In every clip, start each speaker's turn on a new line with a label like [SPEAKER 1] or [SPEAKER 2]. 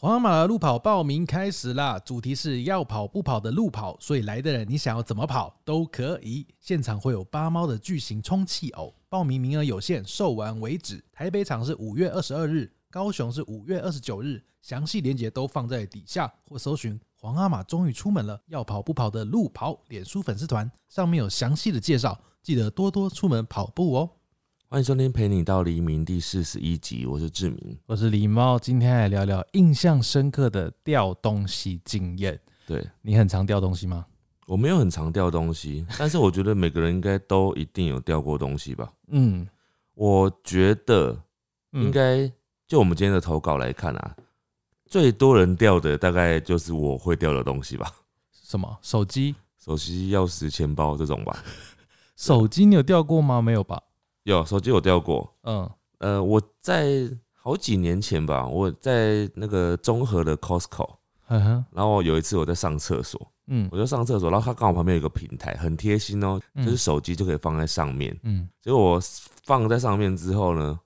[SPEAKER 1] 皇阿玛的路跑报名开始啦！主题是要跑不跑的路跑，所以来的人你想要怎么跑都可以。现场会有八猫的巨型充气偶，报名名额有限，售完为止。台北场是五月二十二日，高雄是五月二十九日，详细链接都放在底下或搜寻。皇阿玛终于出门了，要跑不跑的路跑脸书粉丝团上面有详细的介绍，记得多多出门跑步哦。
[SPEAKER 2] 欢迎收听《陪你到黎明》第四十一集，我是志明。
[SPEAKER 1] 我是狸猫，今天来聊聊印象深刻的掉东西经验。
[SPEAKER 2] 对
[SPEAKER 1] 你很常掉东西吗？
[SPEAKER 2] 我没有很常掉东西，但是我觉得每个人应该都一定有掉过东西吧。
[SPEAKER 1] 嗯，
[SPEAKER 2] 我觉得应该就我们今天的投稿来看啊，最多人掉的大概就是我会掉的东西吧，
[SPEAKER 1] 什么手机？
[SPEAKER 2] 手机、钥匙、钱包这种吧。
[SPEAKER 1] 手机你有掉过吗？没有吧？
[SPEAKER 2] 有手机我掉过，
[SPEAKER 1] 嗯
[SPEAKER 2] 呃，我在好几年前吧，我在那个中和的 Costco，
[SPEAKER 1] 呵呵
[SPEAKER 2] 然后有一次我在上厕所，
[SPEAKER 1] 嗯
[SPEAKER 2] 我就上厕所，然后它刚好旁边有一个平台，很贴心哦、
[SPEAKER 1] 嗯
[SPEAKER 2] 就是手机就可以放在上面。
[SPEAKER 1] 嗯
[SPEAKER 2] 结果我放在上面之后呢，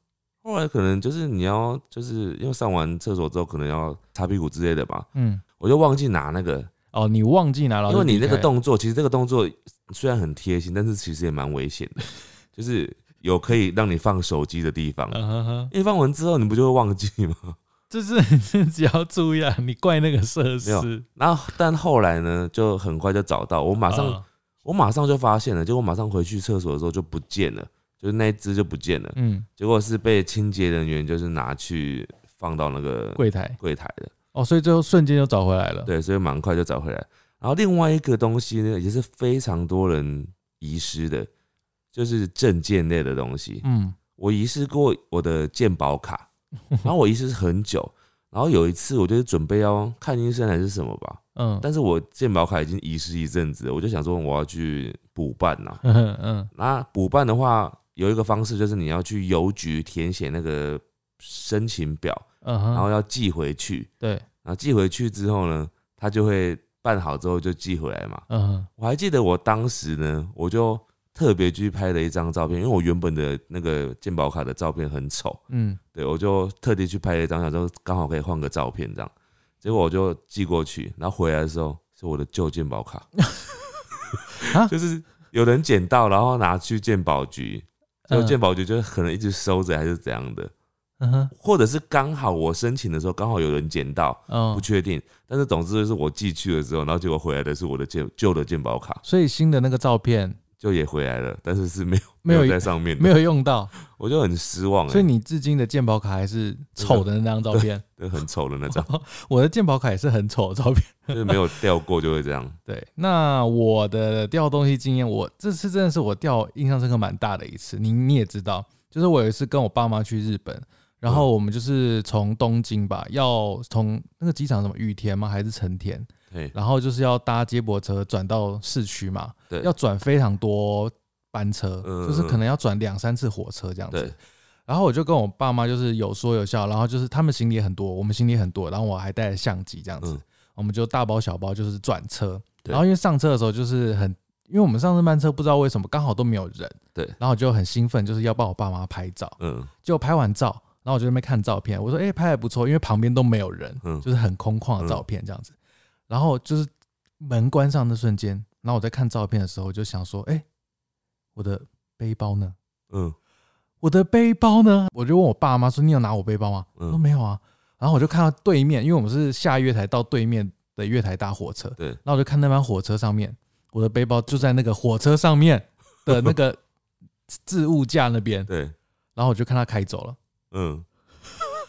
[SPEAKER 2] 后来可能就是你要就是因为上完厕所之后可能要擦屁股之类的吧，
[SPEAKER 1] 嗯，
[SPEAKER 2] 我就忘记拿那个，
[SPEAKER 1] 哦，你忘记拿了，
[SPEAKER 2] 因为你那个
[SPEAKER 1] 洞，
[SPEAKER 2] 动作其实这个动作虽然很贴心，但是其实也蛮危险的，就是有可以让你放手机的地方。
[SPEAKER 1] 嗯呵呵，
[SPEAKER 2] 因为放完之后你不就会忘记吗？
[SPEAKER 1] 这是 你自己要注意啊，你怪那个设施，
[SPEAKER 2] 然后但后来呢，就很快就找到，我马上、
[SPEAKER 1] 啊
[SPEAKER 2] 我马上就发现了，结果马上回去厕所的时候就不见了，就是那一只就不见了，
[SPEAKER 1] 嗯
[SPEAKER 2] 结果是被清洁人员就是拿去放到那个
[SPEAKER 1] 柜台
[SPEAKER 2] 柜台的，
[SPEAKER 1] 哦，所以最后瞬间就找回来了。
[SPEAKER 2] 对，所以蛮快就找回来。然后另外一个东西呢，也是非常多人遗失的，就是证件类的东西。
[SPEAKER 1] 嗯
[SPEAKER 2] 我遗失过我的健 保卡，然后我遗失很久，然后有一次我就是准备要看医生还是什么吧，
[SPEAKER 1] 嗯
[SPEAKER 2] 但是我健保卡已经遗失一阵子了，我就想说我要去补办啊
[SPEAKER 1] 呵
[SPEAKER 2] 呐、
[SPEAKER 1] 呵嗯
[SPEAKER 2] 那补办的话，有一个方式就是你要去邮局填写那个申请表，
[SPEAKER 1] 嗯
[SPEAKER 2] 然后
[SPEAKER 1] 哼，
[SPEAKER 2] 要寄回去，
[SPEAKER 1] 对，
[SPEAKER 2] 然后寄回去之后呢，他就会办好之后就寄回来嘛。
[SPEAKER 1] 嗯哼
[SPEAKER 2] 我还记得我当时呢，我就特别去拍了一张照片，因为我原本的那个健保卡的照片很丑，
[SPEAKER 1] 嗯
[SPEAKER 2] 对我就特地去拍了一张，想说刚好可以换个照片这样。结果我就寄过去，然后回来的时候是我的旧健保卡
[SPEAKER 1] 啊，
[SPEAKER 2] 就是有人捡到，然后拿去健保局，就
[SPEAKER 1] 嗯
[SPEAKER 2] 健保局就可能一直收着还是怎样的，
[SPEAKER 1] 嗯哼，
[SPEAKER 2] 或者是刚好我申请的时候刚好有人捡到，
[SPEAKER 1] 哦
[SPEAKER 2] 不，确定。但是总之就是我寄去了之后，然后结果回来的是我的健旧的健保卡，
[SPEAKER 1] 所以新的那个照片
[SPEAKER 2] 就也回来了，但是是没有
[SPEAKER 1] 没
[SPEAKER 2] 没
[SPEAKER 1] 有
[SPEAKER 2] 有在上面的，
[SPEAKER 1] 没有用到，
[SPEAKER 2] 我就很失望、欸，
[SPEAKER 1] 所以你至今的健保卡还是丑的那张照片，
[SPEAKER 2] 就很丑的那张，
[SPEAKER 1] 我的健保卡也是很丑的照片。
[SPEAKER 2] 就是没有掉过就会这样。
[SPEAKER 1] 对，那我的掉东西经验，我这次真的是我掉印象深刻蛮大的一次。你你也知道，就是我有一次跟我爸妈去日本，然后我们就是从东京吧，要从那个机场什么羽田吗？还是成田？
[SPEAKER 2] 嘿，
[SPEAKER 1] 然后就是要搭接驳车转到市区嘛，
[SPEAKER 2] 对
[SPEAKER 1] 要转非常多班车，
[SPEAKER 2] 嗯
[SPEAKER 1] 就是可能要转两三次火车这样子
[SPEAKER 2] 对。，
[SPEAKER 1] 然后我就跟我爸妈就是有说有笑，然后就是他们行李也很多，我们行李也很多，然后我还带了相机这样子，
[SPEAKER 2] 嗯
[SPEAKER 1] 我们就大包小包就是转车，
[SPEAKER 2] 对
[SPEAKER 1] 然后因为上车的时候就是很，因为我们上次慢车不知道为什么刚好都没有人，
[SPEAKER 2] 对
[SPEAKER 1] 然后我就很兴奋，就是要帮我爸妈拍照，
[SPEAKER 2] 嗯
[SPEAKER 1] 结果哎拍完照，然后我就在那边看照片，我说哎、拍的不错，因为旁边都没有人，
[SPEAKER 2] 嗯
[SPEAKER 1] 就是很空旷的照片这样子，然后就是门关上的瞬间，然后我在看照片的时候我就想说，哎、我的背包呢？
[SPEAKER 2] 嗯
[SPEAKER 1] 我的背包呢？我就问我爸妈说：“你有拿我背包吗？”
[SPEAKER 2] 嗯
[SPEAKER 1] 我说：“没有啊。”然后我就看到对面，因为我们是下月台到对面的月台搭火车，
[SPEAKER 2] 对
[SPEAKER 1] 然后我就看那班火车上面，我的背包就在那个火车上 面的那个置物架那边，
[SPEAKER 2] 对，
[SPEAKER 1] 然后我就看他开走了，
[SPEAKER 2] 嗯，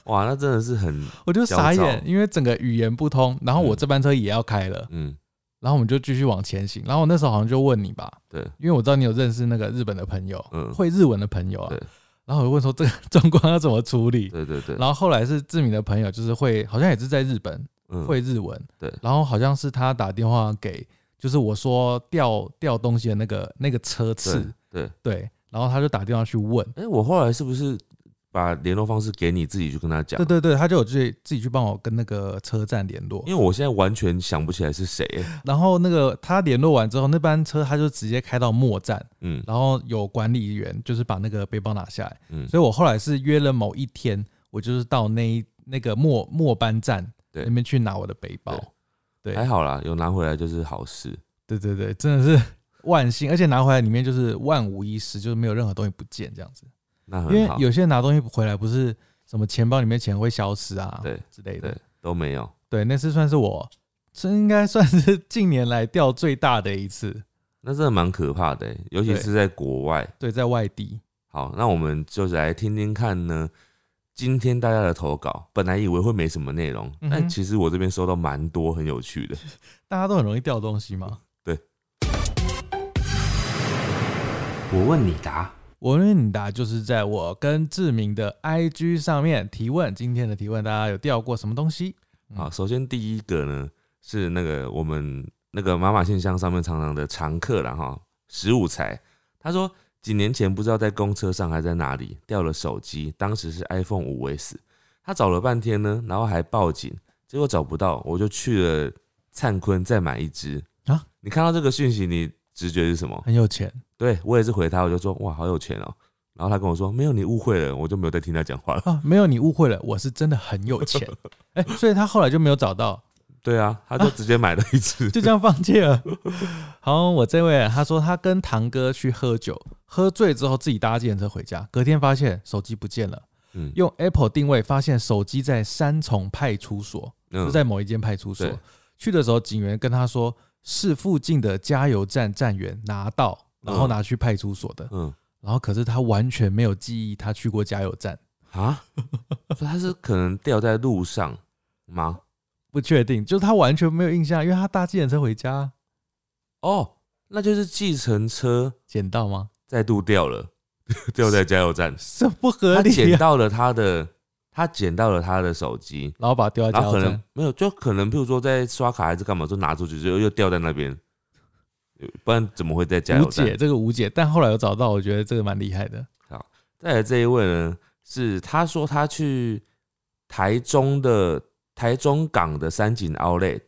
[SPEAKER 2] 哇，那真的是很，
[SPEAKER 1] 我就傻
[SPEAKER 2] 焦
[SPEAKER 1] 眼，
[SPEAKER 2] 躁
[SPEAKER 1] 因为整个语言不通，然后我
[SPEAKER 2] 嗯
[SPEAKER 1] 这班车也要开了，
[SPEAKER 2] 嗯，
[SPEAKER 1] 然后我们就继续往前行，然后我那时候好像就问你吧，
[SPEAKER 2] 对，
[SPEAKER 1] 因为我知道你有认识那个日本的朋友，
[SPEAKER 2] 嗯
[SPEAKER 1] 会日文的朋友啊
[SPEAKER 2] 对，
[SPEAKER 1] 然后我就问说这个 状况要怎么处理，
[SPEAKER 2] 对对对，
[SPEAKER 1] 然后后来是志明的朋友，就是会好像也是在日本
[SPEAKER 2] 嗯，
[SPEAKER 1] 会日文，
[SPEAKER 2] 对
[SPEAKER 1] 然后好像是他打电话给，就是我说掉掉东西的那个那个车次
[SPEAKER 2] 对，对。
[SPEAKER 1] 对，然后他就打电话去问，
[SPEAKER 2] 哎，我后来是不是把联络方式给你自己去跟他讲
[SPEAKER 1] 对？对对，他就有自己自己去帮我跟那个车站联络，
[SPEAKER 2] 因为我现在完全想不起来是谁。 欸
[SPEAKER 1] 然后那个他联络完之后，那班车他就直接开到末站，
[SPEAKER 2] 嗯
[SPEAKER 1] 然后有管理员就是把那个背包拿下来，
[SPEAKER 2] 嗯，
[SPEAKER 1] 所以我后来是约了某一天，我就是到那一那个末末班站
[SPEAKER 2] 对
[SPEAKER 1] 那边去拿我的背包。对
[SPEAKER 2] 还好啦，有拿回来就是好事。
[SPEAKER 1] 对对对，真的是 万幸，而且拿回来里面就是万无一失，就是没有任何东西不见这样子。
[SPEAKER 2] 那
[SPEAKER 1] 因为
[SPEAKER 2] 很好，
[SPEAKER 1] 有些人拿东西回来不是什么钱包里面钱会消失啊，
[SPEAKER 2] 对
[SPEAKER 1] 之类的
[SPEAKER 2] 对。都没有，
[SPEAKER 1] 对，那次算是我，这应该算是 近年来掉最大的一次。
[SPEAKER 2] 那真的蛮可怕的欸、尤其
[SPEAKER 1] 对
[SPEAKER 2] 是在国外。
[SPEAKER 1] 对，在外地，
[SPEAKER 2] 好，那我们就是来听听看呢，今天大家的投稿，本来以为会没什么内容，
[SPEAKER 1] 嗯哼
[SPEAKER 2] 但其实我这边收到蛮多很有趣的。
[SPEAKER 1] 大家都很容易掉东西嘛。
[SPEAKER 3] 我问你答，
[SPEAKER 1] 我问你答就是在我跟志明的 IG 上面提问，今天的提问大家有掉过什么东西？嗯
[SPEAKER 2] 好，首先第一个呢是那个我们那个妈妈信箱上面常常的常客了哈，十五才，他说几年前不知道在公车上还在哪里掉了手机，当时是 iPhone 五 S，他找了半天呢，然后还报警，结果找不到，我就去了灿坤再买一只
[SPEAKER 1] 啊。哎
[SPEAKER 2] 你看到这个讯息，你直觉是什么？
[SPEAKER 1] 很有钱，
[SPEAKER 2] 对我也是回他，我就说哇，好有钱哦、然后他跟我说没有，你误会了，我就没有再听他讲话了。
[SPEAKER 1] 啊，没有你误会了，我是真的很有 钱。哎、所以他后来就没有找到，
[SPEAKER 2] 对啊，他就直接买了一 只。
[SPEAKER 1] 就这样放弃了。好，我这位他说他跟堂哥去喝酒，喝醉之后自己搭计程车回家，隔天发现手机不见了，
[SPEAKER 2] 嗯
[SPEAKER 1] 用 Apple 定位发现手机在三重派出所，
[SPEAKER 2] 嗯
[SPEAKER 1] 就在某一间派出所
[SPEAKER 2] 对。
[SPEAKER 1] 去的时候，警员跟他说是附近的加油站站员拿到，然后
[SPEAKER 2] 嗯
[SPEAKER 1] 拿去派出所的。
[SPEAKER 2] 嗯
[SPEAKER 1] 然后可是他完全没有记忆，他去过加油站，
[SPEAKER 2] 啊，所以他是可能掉在路上吗？
[SPEAKER 1] 不确定，就是他完全没有印象，因为他搭计程车回家
[SPEAKER 2] 哦，那就是计程车
[SPEAKER 1] 捡到吗？
[SPEAKER 2] 再度掉了， 掉在加油站。
[SPEAKER 1] 这不合
[SPEAKER 2] 他
[SPEAKER 1] 理、
[SPEAKER 2] 捡
[SPEAKER 1] 啊。
[SPEAKER 2] 到了他的，他捡到了他的手机，
[SPEAKER 1] 然后把它丢在
[SPEAKER 2] 然
[SPEAKER 1] 加
[SPEAKER 2] 后
[SPEAKER 1] 油
[SPEAKER 2] 可
[SPEAKER 1] 站
[SPEAKER 2] 能，没有，就可能譬如说在刷卡还是干嘛，就拿出去，就又掉在那边，不然怎么会在加
[SPEAKER 1] 无
[SPEAKER 2] 油站？
[SPEAKER 1] 解，这个无解。但后来有找到，我觉得这个蛮厉害的。
[SPEAKER 2] 再来这一位呢，是他说他去台中的台中港的三井 Outlet，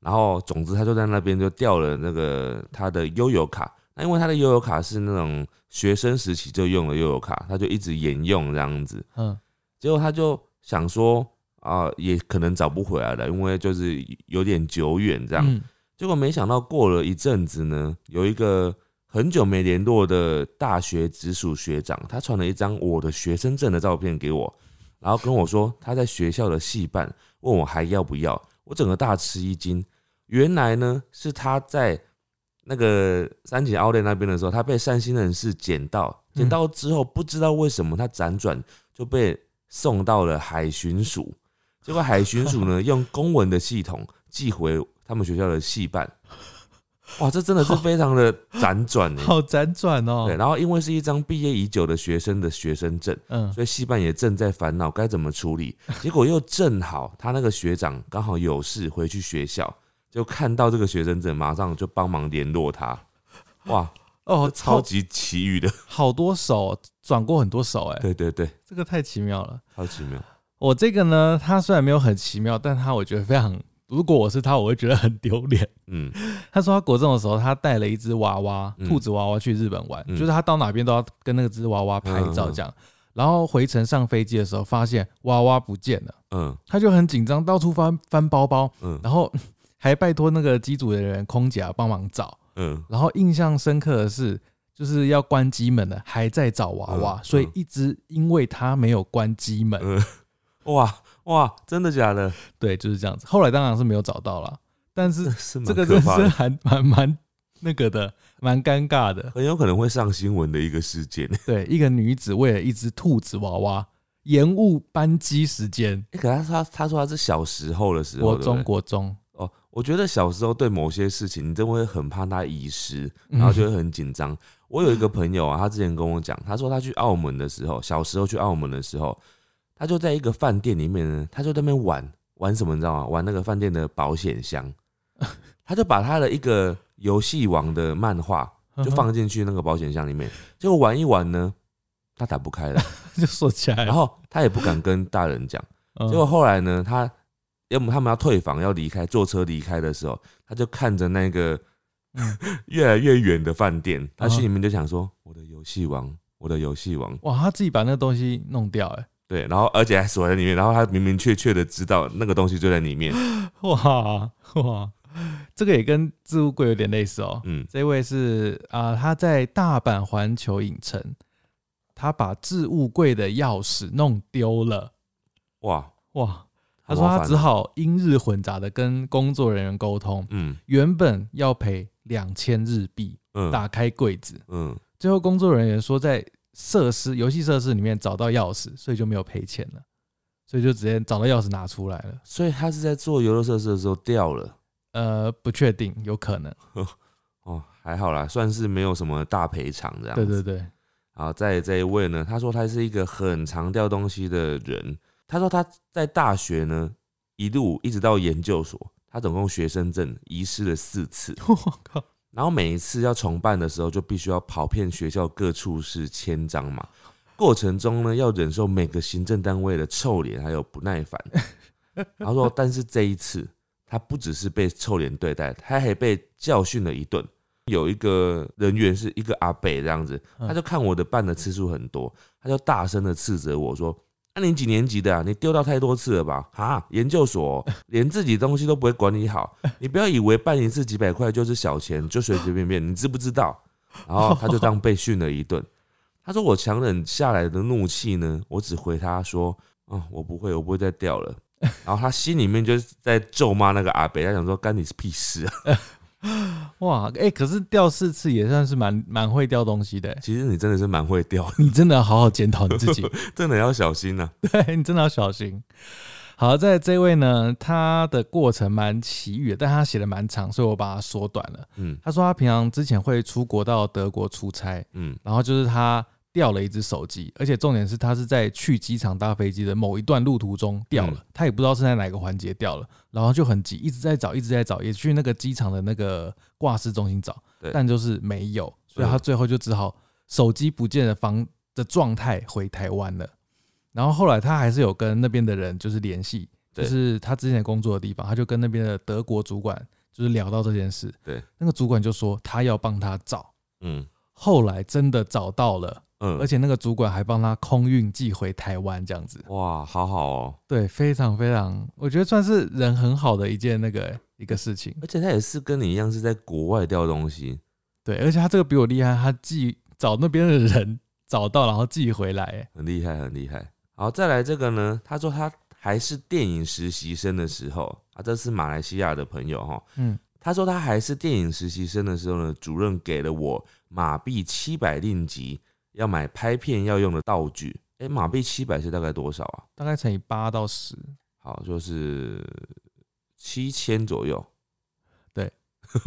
[SPEAKER 2] 然后总之他就在那边就掉了那个他的悠游卡。那因为他的悠游卡是那种学生时期就用的悠游卡，他就一直沿用这样子。
[SPEAKER 1] 嗯，
[SPEAKER 2] 结果他就想说啊、也可能找不回来了，因为就是有点久远这样。
[SPEAKER 1] 嗯
[SPEAKER 2] 结果没想到过了一阵子呢，有一个很久没联络的大学直属学长，他传了一张我的学生证的照片给我，然后跟我说他在学校的戏办，问我还要不要。我整个大吃一惊，原来呢是他在那个三井奥莱那边的时候，他被善心人士捡到，
[SPEAKER 1] 嗯
[SPEAKER 2] 捡到之后不知道为什么他辗转就被送到了海巡署，结果海巡署呢用公文的系统寄回他们学校的 系办。哇，这真的是非常的辗转呢。
[SPEAKER 1] 好辗转哦
[SPEAKER 2] 嗯对，。然后因为是一张毕业已久的学生的学生证，
[SPEAKER 1] 嗯，
[SPEAKER 2] 所以戏班也正在烦恼该怎么处理。结果又正好他那个学长刚好有事回去学校，就看到这个学生证，马上就帮忙联络他。哇，
[SPEAKER 1] 哦
[SPEAKER 2] 这，超级奇 遇的，
[SPEAKER 1] 好好多手转过很多手，哎，
[SPEAKER 2] 对对对，
[SPEAKER 1] 这个太奇妙了。
[SPEAKER 2] 超奇妙。
[SPEAKER 1] 我这个呢，它虽然没有很奇妙，但它我觉得非常，如果我是他，我会觉得很丢脸。
[SPEAKER 2] 嗯，
[SPEAKER 1] 他说他国中的时候，他带了一只娃娃，
[SPEAKER 2] 嗯
[SPEAKER 1] 兔子娃娃去日本玩，
[SPEAKER 2] 嗯
[SPEAKER 1] 就是他到哪边都要跟那个只娃娃拍照这样。然后回程上飞机的时候，发现娃娃不见了，
[SPEAKER 2] 嗯
[SPEAKER 1] 他就很紧张，到处翻翻包包，
[SPEAKER 2] 嗯
[SPEAKER 1] 然后还拜托那个机组的人空姐啊帮忙找。
[SPEAKER 2] 嗯，
[SPEAKER 1] 然后印象深刻的是，就是要关机门了，还在找娃娃，
[SPEAKER 2] 嗯
[SPEAKER 1] 所以一直因为他没有关机门，
[SPEAKER 2] 嗯哇哇，真的假的？
[SPEAKER 1] 对，就是这样子。后来当然是没有找到了，但 是
[SPEAKER 2] 是 蛮
[SPEAKER 1] 这个
[SPEAKER 2] 可
[SPEAKER 1] 真
[SPEAKER 2] 怕
[SPEAKER 1] 是
[SPEAKER 2] 的，
[SPEAKER 1] 还蛮蛮那个的，蛮尴尬的。
[SPEAKER 2] 很有可能会上新闻的一个事 件。
[SPEAKER 1] 对，一个女子为了一只兔子娃娃延误班机时间，
[SPEAKER 2] 欸可是他他他说他是小时候的时候，
[SPEAKER 1] 国
[SPEAKER 2] 对不
[SPEAKER 1] 中
[SPEAKER 2] 对
[SPEAKER 1] 国中，
[SPEAKER 2] 哦，我觉得小时候对某些事情，你真的会很怕它遗失，然后就会很紧张。我有一个朋友啊，他之前跟我讲，他说他去澳门的时候，小时候去澳门的时候，他就在一个饭店里面呢，他就在那边玩玩什么，你知道吗？玩那个饭店的保险箱，他就把他的一个游戏王的漫画就放进去那个保险箱里面，结果玩一玩呢，他打不开了，
[SPEAKER 1] 就锁起来
[SPEAKER 2] 然
[SPEAKER 1] 了，
[SPEAKER 2] 后他也不敢跟大人讲。
[SPEAKER 1] 嗯
[SPEAKER 2] 结果后来呢，他要么他们要退房要离开，坐车离开的时候，他就看着那个
[SPEAKER 1] 嗯
[SPEAKER 2] 越来越远的饭店，他心里面就想说：“我的游戏王，我的游戏王。
[SPEAKER 1] 哇，他自己把那个东西弄掉、欸，哎，”
[SPEAKER 2] 对，然后而且还锁在里面，然后他明明确确的知道那个东西就在 里面，
[SPEAKER 1] 哇哇，这个也跟置物柜有点类似哦。
[SPEAKER 2] 嗯，
[SPEAKER 1] 这位是啊、呃他在大阪环球影城，他把置物柜的钥匙弄丢了，
[SPEAKER 2] 哇，
[SPEAKER 1] 哇！他
[SPEAKER 2] 好
[SPEAKER 1] 说
[SPEAKER 2] 麻
[SPEAKER 1] 他
[SPEAKER 2] 烦
[SPEAKER 1] 只
[SPEAKER 2] 哦，
[SPEAKER 1] 好英日混杂的跟工作人员沟通，
[SPEAKER 2] 嗯
[SPEAKER 1] 原本要赔两千日币，
[SPEAKER 2] 嗯
[SPEAKER 1] 打开柜子，
[SPEAKER 2] 嗯，
[SPEAKER 1] 最后工作人员说在设施游戏设施里面找到钥匙，所以就没有赔钱了，所以就直接找到钥匙拿出来了。
[SPEAKER 2] 所以他是在做游乐设施的时候掉了，
[SPEAKER 1] 呃，不确定，有可能。
[SPEAKER 2] 哦，还好啦，算是没有什么大赔偿这样子。
[SPEAKER 1] 对对对，
[SPEAKER 2] 然后再这一位呢，他说他是一个很常掉东西的人。他说他在大学呢，一路一直到研究所，他总共学生证遗失了四次。
[SPEAKER 1] 我靠，
[SPEAKER 2] 然后每一次要重办的时候，就必须要跑遍学校各处室签章嘛。过程中呢，要忍受每个行政单位的臭脸还有不耐烦。他说，但是这一次他不只是被臭脸对待，他还被教训了一顿。有一个人员是一个阿伯这样子，
[SPEAKER 1] 嗯
[SPEAKER 2] 他就看我的办的次数很多，他就大声的斥责我说：“那、你几年级的、啊？你丢到太多次了吧？啊，研究所哦、连自己东西都不会管理好，你不要以为办一次几百块就是小钱，就随随便便，你知不知道？”然后他就这样被训了一顿。他说：“我强忍下来的怒气呢，我只回他说：‘啊，我不会，我不会再掉了。’然后他心里面就是在咒骂那个阿北，他想说：‘干你屁事啊！’
[SPEAKER 1] 哇，哎、可是掉四次也算是蛮蛮会掉东西的欸。
[SPEAKER 2] 其实你真的是蛮会掉的，
[SPEAKER 1] 你真的要好好检讨你自己，
[SPEAKER 2] 真的要小心呐、 啊
[SPEAKER 1] 对你真的要小心。好，在这位呢，他的过程蛮奇遇的，但他写的蛮长，所以我把它缩短了。
[SPEAKER 2] 嗯
[SPEAKER 1] 他说他平常之前会出国到德国出差，
[SPEAKER 2] 嗯
[SPEAKER 1] 然后就是他掉了一只手机，而且重点是他是在去机场搭飞机的某一段路途中掉了，
[SPEAKER 2] 嗯
[SPEAKER 1] 他也不知道是在哪个环节掉了，然后就很急，一直在找，一直在找，也去那个机场的那个挂失中心找
[SPEAKER 2] 对，
[SPEAKER 1] 但就是没有，所以他最后就只好手机不见的方的状态回台湾了。然后后来他还是有跟那边的人就是联系，就
[SPEAKER 2] 对
[SPEAKER 1] 是他之前工作的地方，他就跟那边的德国主管就是聊到这件事，
[SPEAKER 2] 对，
[SPEAKER 1] 那个主管就说他要帮他找。
[SPEAKER 2] 嗯
[SPEAKER 1] 后来真的找到了，
[SPEAKER 2] 嗯，
[SPEAKER 1] 而且那个主管还帮他空运寄回台湾，这样子，
[SPEAKER 2] 哇，好好哦，
[SPEAKER 1] 对，非常非常，我觉得算是人很好的一件那个一个事情，
[SPEAKER 2] 而且他也是跟你一样是在国外掉东西，
[SPEAKER 1] 对，而且他这个比我厉害，他寄找那边的人找到，然后寄回来，哎
[SPEAKER 2] 很厉害，很厉害。好，再来这个呢，他说他还是电影实习生的时候，啊，这是马来西亚的朋友哈，
[SPEAKER 1] 嗯，
[SPEAKER 2] 他说他还是电影实习生的时候呢，主任给了我马币七百令吉，要买拍片要用的道具。诶，马币七百是大概多少啊？
[SPEAKER 1] 大概乘以八到 十，
[SPEAKER 2] 好，就是七千左右。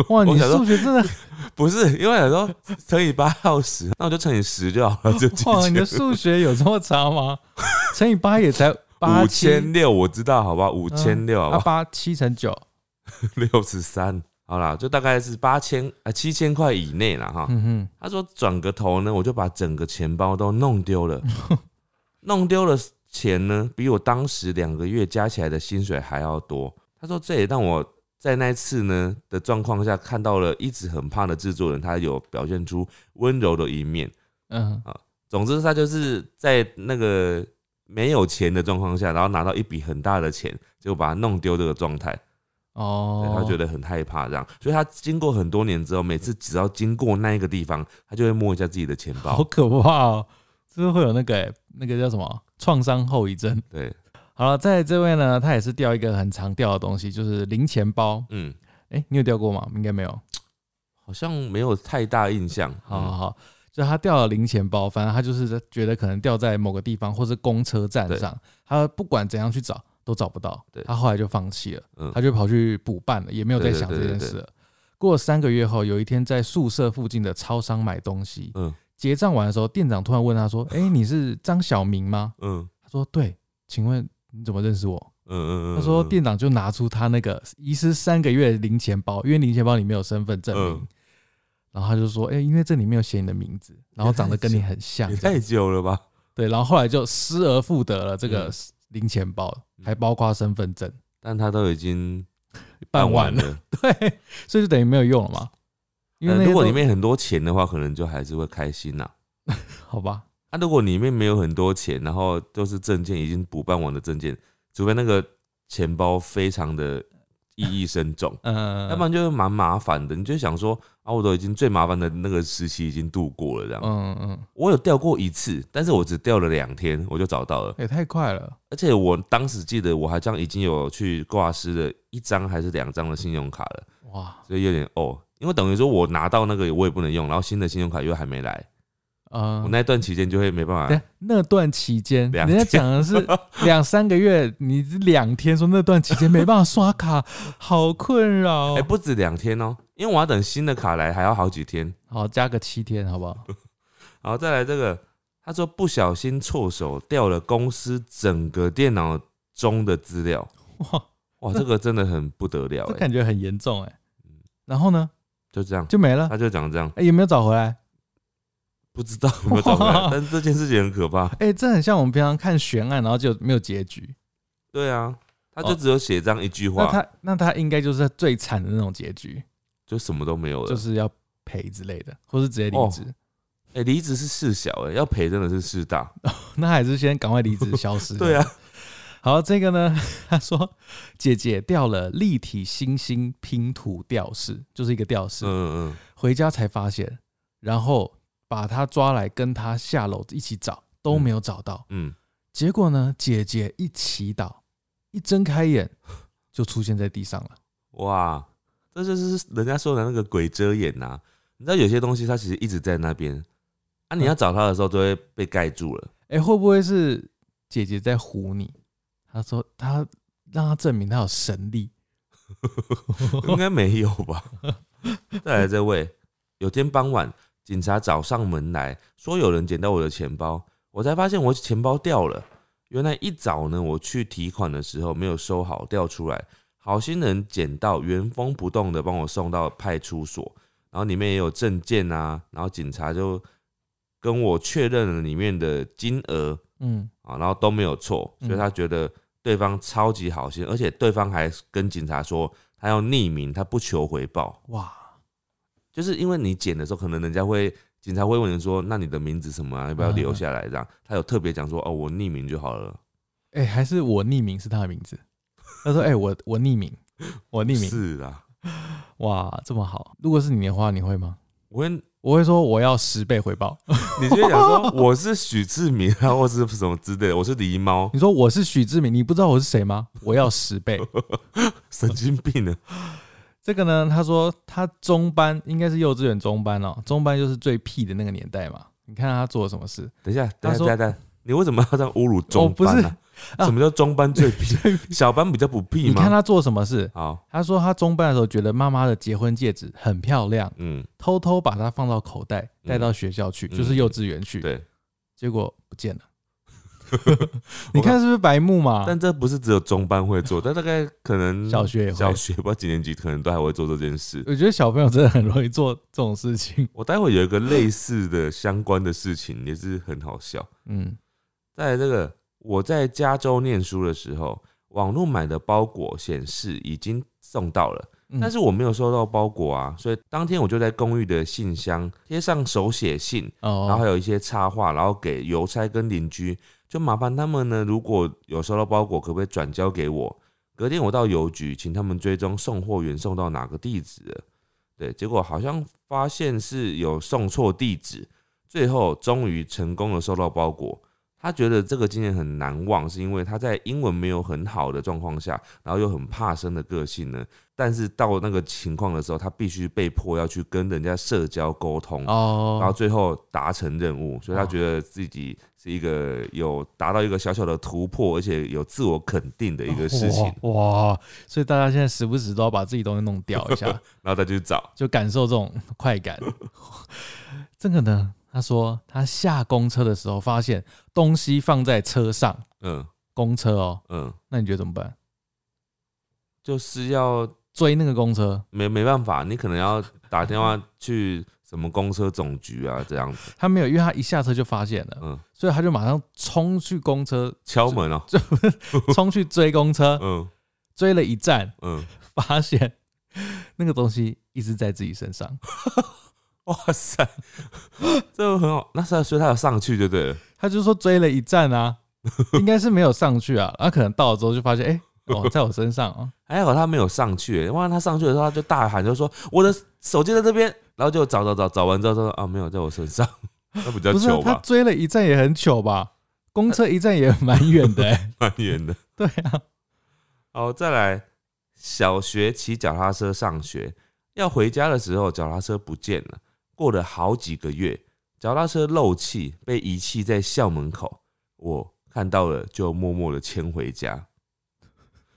[SPEAKER 1] 哇，你
[SPEAKER 2] 我想说
[SPEAKER 1] 数学真的，
[SPEAKER 2] 不是，因为有时候乘以八到十， 那我就乘以十就好了，就七
[SPEAKER 1] 哇，你的
[SPEAKER 2] 千。
[SPEAKER 1] 数学有这么差吗？乘以八也才八
[SPEAKER 2] 五
[SPEAKER 1] 七
[SPEAKER 2] 千，六，我知道，好吧，五千六，好
[SPEAKER 1] 啊，
[SPEAKER 2] 吧，啊
[SPEAKER 1] 八七乘九，
[SPEAKER 2] 六十三，好啦，就大概是八千啊七千块以内啦哈。
[SPEAKER 1] 嗯哼，
[SPEAKER 2] 他说转个头呢，我就把整个钱包都弄 丢了，弄丢了钱呢，比我当时两个月加起来的薪水还要多。他说这也让我在那次呢的状况下看到了一直很怕的制作人，他有表现出温柔的一面。
[SPEAKER 1] 嗯，
[SPEAKER 2] 总之，他就是在那个没有钱的状况下，然后拿到一笔很大的钱，结果把它弄丢这个状态，对
[SPEAKER 1] 哦，
[SPEAKER 2] 他觉得很害怕这样。所以他经过很多年之后，每次只要经过那一个地方，他就会摸一下自己的钱
[SPEAKER 1] 好
[SPEAKER 2] 包。
[SPEAKER 1] 可怕哦！是不是会有那个、欸、那个叫什么创伤后遗症？
[SPEAKER 2] 对，
[SPEAKER 1] 好了，在这位呢，他也是掉一个很常掉的东西，就是零钱包。
[SPEAKER 2] 嗯，
[SPEAKER 1] 哎、你有掉过吗？应该没有。
[SPEAKER 2] 好像没有太大印象。
[SPEAKER 1] 好好好，就他掉了零钱包，反正他就是觉得可能掉在某个地方或是公车站上，他不管怎样去找都找不到
[SPEAKER 2] 对，
[SPEAKER 1] 他后来就放弃了，
[SPEAKER 2] 嗯
[SPEAKER 1] 他就跑去补办了，也没有再想
[SPEAKER 2] 对
[SPEAKER 1] 这
[SPEAKER 2] 对对
[SPEAKER 1] 件
[SPEAKER 2] 对
[SPEAKER 1] 事了。过了三个月后，有一天在宿舍附近的超商买东西，
[SPEAKER 2] 嗯
[SPEAKER 1] 结账完的时候，店长突然问他说：“哎、你是张小明吗？”
[SPEAKER 2] 嗯
[SPEAKER 1] 他说：“对，请问你怎么认识我
[SPEAKER 2] 嗯？”嗯嗯。
[SPEAKER 1] 他说：“店长就拿出他那个遗失三个月的零钱包，因为零钱包里面有身份证明。
[SPEAKER 2] 嗯
[SPEAKER 1] 然后他就说：“哎、因为这里面有写你的名字，然后长得跟你很像
[SPEAKER 2] 也
[SPEAKER 1] 这
[SPEAKER 2] 太
[SPEAKER 1] 样。
[SPEAKER 2] 久了吧？”
[SPEAKER 1] 对，然后后来就失而复得了这个
[SPEAKER 2] 嗯
[SPEAKER 1] 零钱包，
[SPEAKER 2] 嗯
[SPEAKER 1] 还包括身份证，
[SPEAKER 2] 但他都已经
[SPEAKER 1] 办
[SPEAKER 2] 完
[SPEAKER 1] 完了。
[SPEAKER 2] 了。
[SPEAKER 1] 对，所以就等于没有用了嘛。因为
[SPEAKER 2] 嗯
[SPEAKER 1] 那些
[SPEAKER 2] 如果
[SPEAKER 1] 都
[SPEAKER 2] 里面很多钱的话，可能就还是会开心呐。
[SPEAKER 1] 好吧，
[SPEAKER 2] 啊，如果里面没有很多钱，然后都是证件已经补办完的证件，除非那个钱包非常的意义深重，
[SPEAKER 1] 嗯，
[SPEAKER 2] 呃要不然就是蛮麻烦的。你就想说啊，我都已经最麻烦的那个时期已经度过了，这样。
[SPEAKER 1] 嗯嗯，
[SPEAKER 2] 我有钓过一次，但是我只钓了两天，我就找到了。
[SPEAKER 1] 也太快了，
[SPEAKER 2] 而且我当时记得，我好像已经有去挂失了一张还是两张的信用卡了，
[SPEAKER 1] 哇，
[SPEAKER 2] 所以有点哦。因为等于说我拿到那个我也不能用，然后新的信用卡又还没来，我
[SPEAKER 1] 嗯，
[SPEAKER 2] 那段期间就会没办
[SPEAKER 1] 对
[SPEAKER 2] 法。，
[SPEAKER 1] 那段期间，
[SPEAKER 2] 两
[SPEAKER 1] 人家讲的 是 两三个月，你两天说那段期间没办法刷卡， 好困扰
[SPEAKER 2] 哎、。不止两天哦、因为我要等新的卡来，还要好几天。
[SPEAKER 1] 好，加个七天好不好？
[SPEAKER 2] 然后再来这个，他说不小心错手掉了公司整个电脑中的资料，
[SPEAKER 1] 哇，
[SPEAKER 2] 哇，这个真的很不得了、
[SPEAKER 1] 这
[SPEAKER 2] 哎，
[SPEAKER 1] 感觉很严重哎。然后呢，
[SPEAKER 2] 就这样，
[SPEAKER 1] 就没了
[SPEAKER 2] 他，就讲这样，
[SPEAKER 1] 哎也没有找回来。
[SPEAKER 2] 不知道有没有找回来
[SPEAKER 1] 哇，
[SPEAKER 2] 但是这件事情很可怕。
[SPEAKER 1] 哎，这很像我们平常看悬案，然后就没有结局。
[SPEAKER 2] 对啊，他就
[SPEAKER 1] 哦
[SPEAKER 2] 只有写这样一句
[SPEAKER 1] 那
[SPEAKER 2] 话，
[SPEAKER 1] 他那他应该就是最惨的那种结局，
[SPEAKER 2] 就什么都没有了。
[SPEAKER 1] 就是要赔之类的，或是直接离
[SPEAKER 2] 哦
[SPEAKER 1] 职。
[SPEAKER 2] 哎，离职是事小、哎，要赔真的是事大。
[SPEAKER 1] 那还是先赶快离职消 失。
[SPEAKER 2] 对啊，
[SPEAKER 1] 好，这个呢， 他说姐姐掉了立体星星拼图吊饰，就是一个吊饰，
[SPEAKER 2] 嗯嗯，
[SPEAKER 1] 回家才发现，然后把他抓来跟他下楼一起找，都没有找到。
[SPEAKER 2] 嗯，
[SPEAKER 1] 结果呢，姐姐一祈祷，一睁开眼就出现在地上了。
[SPEAKER 2] 哇，这就是人家说的那个鬼遮眼呐、你知道有些东西它其实一直在那边，啊，你要找它的时候都会被盖住了。
[SPEAKER 1] 哎、会不会是姐姐在唬你？她说她让她证明她有神力。
[SPEAKER 2] 应该没有吧？再来这位，有天傍晚，警察找上门来说有人捡到我的钱包，我才发现我钱包掉了。原来一早呢，我去提款的时候没有收好，掉出来，好心人捡到，原封不动的帮我送到派出所，然后里面也有证件啊，然后警察就跟我确认了里面的金额
[SPEAKER 1] 嗯，
[SPEAKER 2] 啊，然后都没有错，所以他觉得对方超级好心，而且对方还跟警察说他要匿名，他不求回报，
[SPEAKER 1] 哇，
[SPEAKER 2] 就是因为你捡的时候，可能人家会警察会问你说，那你的名字什么啊，要不要
[SPEAKER 1] 嗯
[SPEAKER 2] 留下来这样？他有特别讲说，哦，我匿名就好了，
[SPEAKER 1] 哎、还是我匿名是她的名字。她说：“哎、我我匿名， 我匿名，
[SPEAKER 2] 是啊啦，
[SPEAKER 1] 哇，这么好。如果是你的话，你会吗？
[SPEAKER 2] 我 会
[SPEAKER 1] 我会说我要十倍回报。
[SPEAKER 2] 你就会讲说我是许志明啊，或是什么之类的，我是狸猫，
[SPEAKER 1] 你说我是许志明，你不知道我是谁吗？我要十 倍。
[SPEAKER 2] 神经病啊！
[SPEAKER 1] 这个呢，他说他中班应该是幼稚园中班哦，中班就是最屁的那个年代嘛。你看他做了什么事？
[SPEAKER 2] 等一下，
[SPEAKER 1] 他
[SPEAKER 2] 等一下，
[SPEAKER 1] 说哦
[SPEAKER 2] 等一下等一下，你为什么要这样侮辱中班呢、
[SPEAKER 1] 不是啊
[SPEAKER 2] 什么叫中班最屁？小班比较不屁
[SPEAKER 1] 你看
[SPEAKER 2] 吗？
[SPEAKER 1] 他做什么事？
[SPEAKER 2] 好，
[SPEAKER 1] 他说他中班的时候觉得妈妈的结婚戒指很漂亮，
[SPEAKER 2] 嗯，
[SPEAKER 1] 偷偷把它放到口袋带到学校去，
[SPEAKER 2] 嗯
[SPEAKER 1] 就是幼稚园去。
[SPEAKER 2] 对。
[SPEAKER 1] 结果不 见了。 你看是不是白目嘛？
[SPEAKER 2] 但这不是只有中班 会做，但大概可能
[SPEAKER 1] 啊小学也会嗯
[SPEAKER 2] 小学不知道几年级，可能都还会做这件事。
[SPEAKER 1] 我觉得小朋友真的很容易做这种事情。
[SPEAKER 2] 我待会有一个类似的相关的事情，也是很好笑。
[SPEAKER 1] 嗯，
[SPEAKER 2] 再来这个，我在加州念书的时候，网络买的包裹显示已经送到了，
[SPEAKER 1] 嗯
[SPEAKER 2] 但是我没有收到包裹啊，所以当天我就在公寓的信箱贴上手写信，
[SPEAKER 1] 哦，
[SPEAKER 2] 然后还有一些插画，然后给邮差跟邻居，就麻烦他们呢，如果有收到包裹，可不可以转交给我？隔天我到邮局，请他们追踪送货员送到哪个地址了对，结果好像发现是有送错地址，最后终于成功的收到包裹。他觉得这个经验很难忘，是因为他在英文没有很好的状况下，然后又很怕生的个性呢。但是到那个情况的时候，他必须被迫要去跟人家社交沟通，
[SPEAKER 1] 哦，
[SPEAKER 2] 然后最后达成任务，所以他觉得自己是一个有达到一个小小的突破，而且有自我肯定的一个事情，
[SPEAKER 1] 哇哇所以大家现在时不时都要把自己东西弄掉一 下，
[SPEAKER 2] 然后再去找。
[SPEAKER 1] 就感受这种快感。这个呢，他说他下公车的时候发现东西放在车上，
[SPEAKER 2] 嗯
[SPEAKER 1] 公车哦，
[SPEAKER 2] 嗯，
[SPEAKER 1] 那你觉得怎么办？
[SPEAKER 2] 就是要
[SPEAKER 1] 追那个公车，
[SPEAKER 2] 没没办法，你可能要打电话去什么公车总局啊，这样子，
[SPEAKER 1] 他没有，因为他一下车就发现了，
[SPEAKER 2] 嗯，
[SPEAKER 1] 所以他就马上冲去公车，
[SPEAKER 2] 敲门哦、
[SPEAKER 1] 冲去追公车，
[SPEAKER 2] 嗯
[SPEAKER 1] 追了一站，
[SPEAKER 2] 嗯，
[SPEAKER 1] 发现那个东西一直在自己身上，
[SPEAKER 2] 哇塞，这很好。那是啊所以他有上去就对了。
[SPEAKER 1] 他就说追了一站啊， 应该是没有上去啊，然后可能到了之后就发现，哎、 哦，在我身上啊，
[SPEAKER 2] 还好哎他没有上去，万一他上去的时候，他就大喊，就说我的手机在这边，然后就找找找找完之后说啊没有在我身上， 那比较
[SPEAKER 1] 不是啊
[SPEAKER 2] 糗
[SPEAKER 1] 他
[SPEAKER 2] 吧，
[SPEAKER 1] 追了一站也很糗吧？公车一站也蛮远 的、欸，
[SPEAKER 2] 蛮远的。
[SPEAKER 1] 对啊，
[SPEAKER 2] 好，再来，小学骑脚踏车上学，要回家的时候脚踏车不见了，过了好几个月，脚踏车漏气被遗弃在校门口，我看到了就默默的牵回家。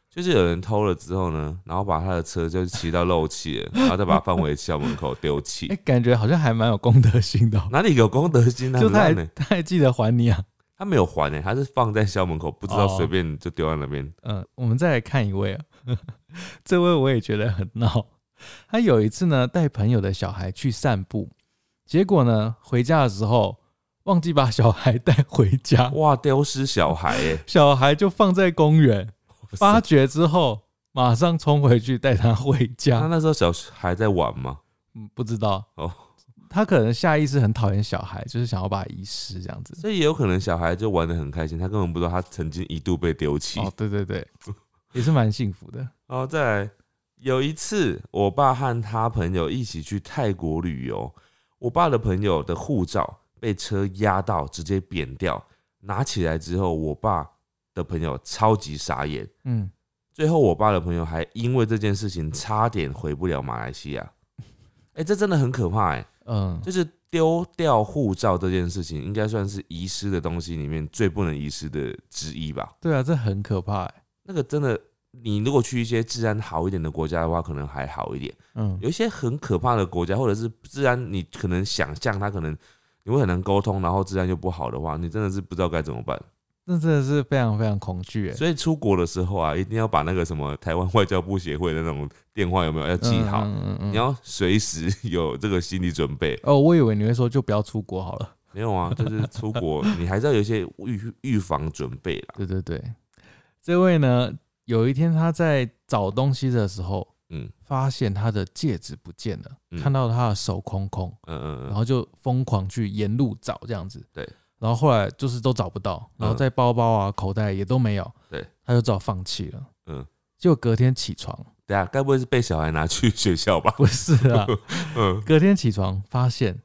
[SPEAKER 2] 就是有人偷了之后呢，然后把他的车就骑到漏气 了，然后再把它放回校门口丢弃
[SPEAKER 1] 哎、。感觉好像还蛮有公德心的、哦，
[SPEAKER 2] 哪里有公德心啊？
[SPEAKER 1] 就他
[SPEAKER 2] 他
[SPEAKER 1] 还他还记得还你啊。
[SPEAKER 2] 他没有还呢、欸他是放在校门口，不知道
[SPEAKER 1] 哦
[SPEAKER 2] 随便就丢在那边。
[SPEAKER 1] 嗯，我们再来看一位啊， 这位我也觉得很闹。他有一次呢，带朋友的小孩去散步，结果呢，回家的时候忘记把小孩带回家，
[SPEAKER 2] 哇，丢失小孩欸耶、
[SPEAKER 1] 小孩就放在公园，
[SPEAKER 2] 哇
[SPEAKER 1] 发
[SPEAKER 2] 塞
[SPEAKER 1] 觉之后马上冲回去带他回
[SPEAKER 2] 啊他
[SPEAKER 1] 家。
[SPEAKER 2] 那时候小孩在玩吗？
[SPEAKER 1] 嗯，不知道
[SPEAKER 2] 哦，
[SPEAKER 1] 他可能下意识很讨厌小孩，就是想要把他遗失这样 子。
[SPEAKER 2] 所以也有可能小孩就玩的很开心，他根本不知道他曾经一度被丢弃。
[SPEAKER 1] 哦，对对 对，也是蛮幸福的。
[SPEAKER 2] 然后再来，有一次我爸和他朋友一起去泰国旅游，我爸的朋友的护照被车压到，直接扁掉。拿起来之后，我爸的朋友超级傻眼。
[SPEAKER 1] 嗯，
[SPEAKER 2] 最后，我爸的朋友还因为这件事情差点回不了马来 西亚。哎、这真的很可怕哎、
[SPEAKER 1] 嗯，
[SPEAKER 2] 就是丢掉护照这件事情，应该算是遗失的东西里面最不能遗失的之一吧。
[SPEAKER 1] 对啊，这很可怕、欸。
[SPEAKER 2] 那个真的，你如果去一些治安好一点的国家的话，可能还好一点。
[SPEAKER 1] 嗯，
[SPEAKER 2] 有一些很可怕的国家，或者是治安，你可能想象它可能你会很难沟通，然后治安又不好的话，你真的是不知道该怎么办。
[SPEAKER 1] 那真的是非常非常恐惧、欸。
[SPEAKER 2] 所以出国的时候啊，一定要把那个什么台湾外交部协会的那种电话有没有要记好，
[SPEAKER 1] 嗯嗯嗯
[SPEAKER 2] 你要随时有这个心理准备。
[SPEAKER 1] 哦，我以为你会说就不要出国好了。
[SPEAKER 2] 没有 啊，就是出国你还是要有一些预预防准备啦。
[SPEAKER 1] 对对对，这位呢，有一天他在找东西的时候，
[SPEAKER 2] 嗯
[SPEAKER 1] 发现他的戒指不见了，
[SPEAKER 2] 嗯
[SPEAKER 1] 看到他的手空空，
[SPEAKER 2] 嗯嗯
[SPEAKER 1] 然
[SPEAKER 2] 嗯，
[SPEAKER 1] 后就疯狂去沿路找这样子。
[SPEAKER 2] 对，嗯
[SPEAKER 1] 然后后来就是都找不到，然后在包包啊、口袋也都没有。
[SPEAKER 2] 对，
[SPEAKER 1] 他就只好放弃了。
[SPEAKER 2] 嗯，
[SPEAKER 1] 结果隔天起床，
[SPEAKER 2] 等一下该不会是被小孩拿去学校吧？
[SPEAKER 1] 不是 啊，
[SPEAKER 2] 嗯，
[SPEAKER 1] 隔天起床发现